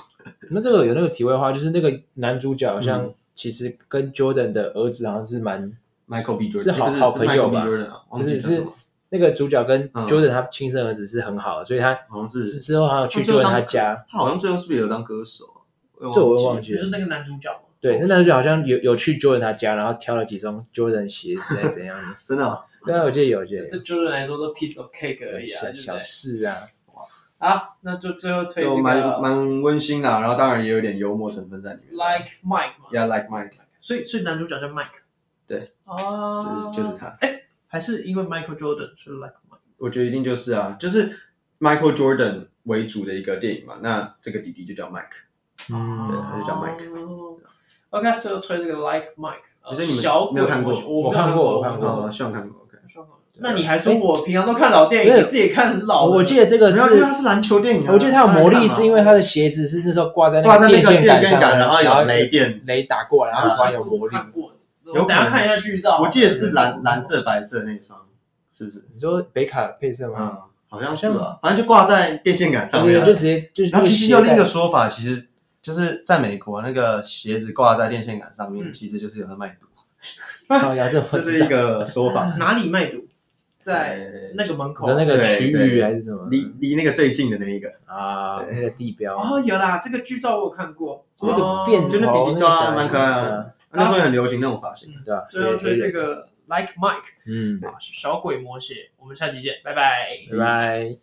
[SPEAKER 3] 那这个有那个题外话，就是那个男主角好
[SPEAKER 1] 嗯
[SPEAKER 3] 像其实跟 Jordan 的儿子好像是蛮
[SPEAKER 1] Michael B. Jordan 哎
[SPEAKER 3] 是好
[SPEAKER 1] 诶不是
[SPEAKER 3] 好朋友吧
[SPEAKER 1] 不是 Michael B. Jordan 啊，忘
[SPEAKER 3] 不
[SPEAKER 1] 记
[SPEAKER 3] 是
[SPEAKER 1] 叫什
[SPEAKER 3] 是
[SPEAKER 1] 么，
[SPEAKER 3] 那个主角跟
[SPEAKER 1] 嗯
[SPEAKER 3] Jordan 他亲生儿子是很好的，所以他
[SPEAKER 1] 好像是
[SPEAKER 3] 之后好像去
[SPEAKER 1] 他
[SPEAKER 2] 哦
[SPEAKER 1] 最后
[SPEAKER 3] Jordan
[SPEAKER 1] 当
[SPEAKER 3] 他家，
[SPEAKER 1] 他好像最后是不是也有当歌手啊？我
[SPEAKER 3] 这我
[SPEAKER 1] 也
[SPEAKER 3] 也
[SPEAKER 1] 忘
[SPEAKER 3] 忘
[SPEAKER 1] 记
[SPEAKER 3] 记
[SPEAKER 2] 就是那
[SPEAKER 3] 了。
[SPEAKER 2] 个哦男主角嘛，
[SPEAKER 3] 对，那男主角好像有有去 Jordan 他家，然后挑了几双 Jordan 鞋子还是怎样的
[SPEAKER 1] 了，。真的啊
[SPEAKER 3] 对啊，我记得有，我记得
[SPEAKER 2] 对
[SPEAKER 3] 有
[SPEAKER 2] Jordan 来说都 piece of cake 而已啊，对
[SPEAKER 3] 小
[SPEAKER 2] 不
[SPEAKER 3] 小
[SPEAKER 2] 对？
[SPEAKER 3] 事啊，
[SPEAKER 2] 好，那就最后推这
[SPEAKER 1] 就蛮
[SPEAKER 2] 个
[SPEAKER 1] 蛮温馨的啊，然后当然也有点幽默成分在里面。
[SPEAKER 2] Like Mike 嘛，
[SPEAKER 1] Yeah, like Mike，
[SPEAKER 2] 所以所以男主角叫 Mike，
[SPEAKER 1] 对，
[SPEAKER 2] 哦，
[SPEAKER 1] 就是就是他，
[SPEAKER 2] 哎，还是因为 Michael Jordan 是 Like Mike，
[SPEAKER 1] 我觉得一定就是啊，就是 Michael Jordan 为主的一个电影嘛。那这个弟弟就叫 Mike，
[SPEAKER 3] 嗯，
[SPEAKER 1] 对他就叫 Mike
[SPEAKER 2] 哦 OK，最后推这个 Like Mike，呃
[SPEAKER 1] 可是你们
[SPEAKER 2] 小鬼
[SPEAKER 1] 没有看过
[SPEAKER 2] 我
[SPEAKER 3] 我
[SPEAKER 2] 没有
[SPEAKER 3] 看过
[SPEAKER 2] 过，
[SPEAKER 3] 我看过哎
[SPEAKER 1] 哦，希望看过 OK。
[SPEAKER 2] 那你还说我平常都看老电
[SPEAKER 3] 没
[SPEAKER 2] 影，
[SPEAKER 3] 有
[SPEAKER 2] 你自己也看很老
[SPEAKER 3] 我
[SPEAKER 2] 的，
[SPEAKER 3] 我记得这个
[SPEAKER 1] 没有，因为它
[SPEAKER 3] 是，
[SPEAKER 1] 是篮球电影啊、
[SPEAKER 3] 我记得他有魔力是因为他
[SPEAKER 1] 的
[SPEAKER 3] 的鞋子是那时候挂在
[SPEAKER 1] 挂在那
[SPEAKER 3] 电
[SPEAKER 1] 个
[SPEAKER 3] 线
[SPEAKER 1] 电线
[SPEAKER 3] 上，
[SPEAKER 1] 杆，
[SPEAKER 3] 然
[SPEAKER 1] 后有雷
[SPEAKER 3] 雷
[SPEAKER 1] 电。
[SPEAKER 3] 雷打过来，然后突
[SPEAKER 1] 哎
[SPEAKER 3] 然有魔力。
[SPEAKER 2] 看过，我
[SPEAKER 1] 有可能
[SPEAKER 2] 等一下看一下剧照，
[SPEAKER 1] 我记得是蓝蓝色白色那一双，是不是？
[SPEAKER 3] 你说北卡配色吗？
[SPEAKER 1] 嗯，好像是吧。反正就挂在电线杆上
[SPEAKER 3] 对
[SPEAKER 1] 面
[SPEAKER 3] 对，
[SPEAKER 1] 啊。
[SPEAKER 3] 就直接就是。
[SPEAKER 1] 然后其实有另一个
[SPEAKER 3] 个，
[SPEAKER 1] 说法，其实就是在美国啊那个鞋子挂在电线杆上面，
[SPEAKER 2] 嗯
[SPEAKER 1] 其实就是有人卖毒，
[SPEAKER 3] 哦呀这我
[SPEAKER 1] 这是
[SPEAKER 3] 知道
[SPEAKER 1] 一个说 法。
[SPEAKER 2] 哪里卖毒，在
[SPEAKER 1] 呃
[SPEAKER 2] 那个门
[SPEAKER 3] 你
[SPEAKER 2] 口
[SPEAKER 3] 说。那个区
[SPEAKER 1] 对
[SPEAKER 3] 域
[SPEAKER 1] 对
[SPEAKER 3] 还是什么？
[SPEAKER 1] 离离那个最近的那一个，
[SPEAKER 3] 啊，
[SPEAKER 1] 对
[SPEAKER 3] 那个地标，
[SPEAKER 2] 哦，有啦，这个剧照我有看过，
[SPEAKER 3] 就那个
[SPEAKER 2] 哦
[SPEAKER 3] 辫子
[SPEAKER 1] 就那
[SPEAKER 3] 头
[SPEAKER 1] 弟弟
[SPEAKER 3] 那个
[SPEAKER 1] 对啊
[SPEAKER 3] 小孩
[SPEAKER 1] 蛮可爱的
[SPEAKER 3] 对啊
[SPEAKER 1] 那时候也很流行那种发型。
[SPEAKER 3] 对吧？
[SPEAKER 2] 最后推这
[SPEAKER 3] 对，
[SPEAKER 2] 个 Like Mike
[SPEAKER 3] 嗯，
[SPEAKER 2] 啊小鬼魔鞋，我们下期见，拜拜。
[SPEAKER 3] 拜拜。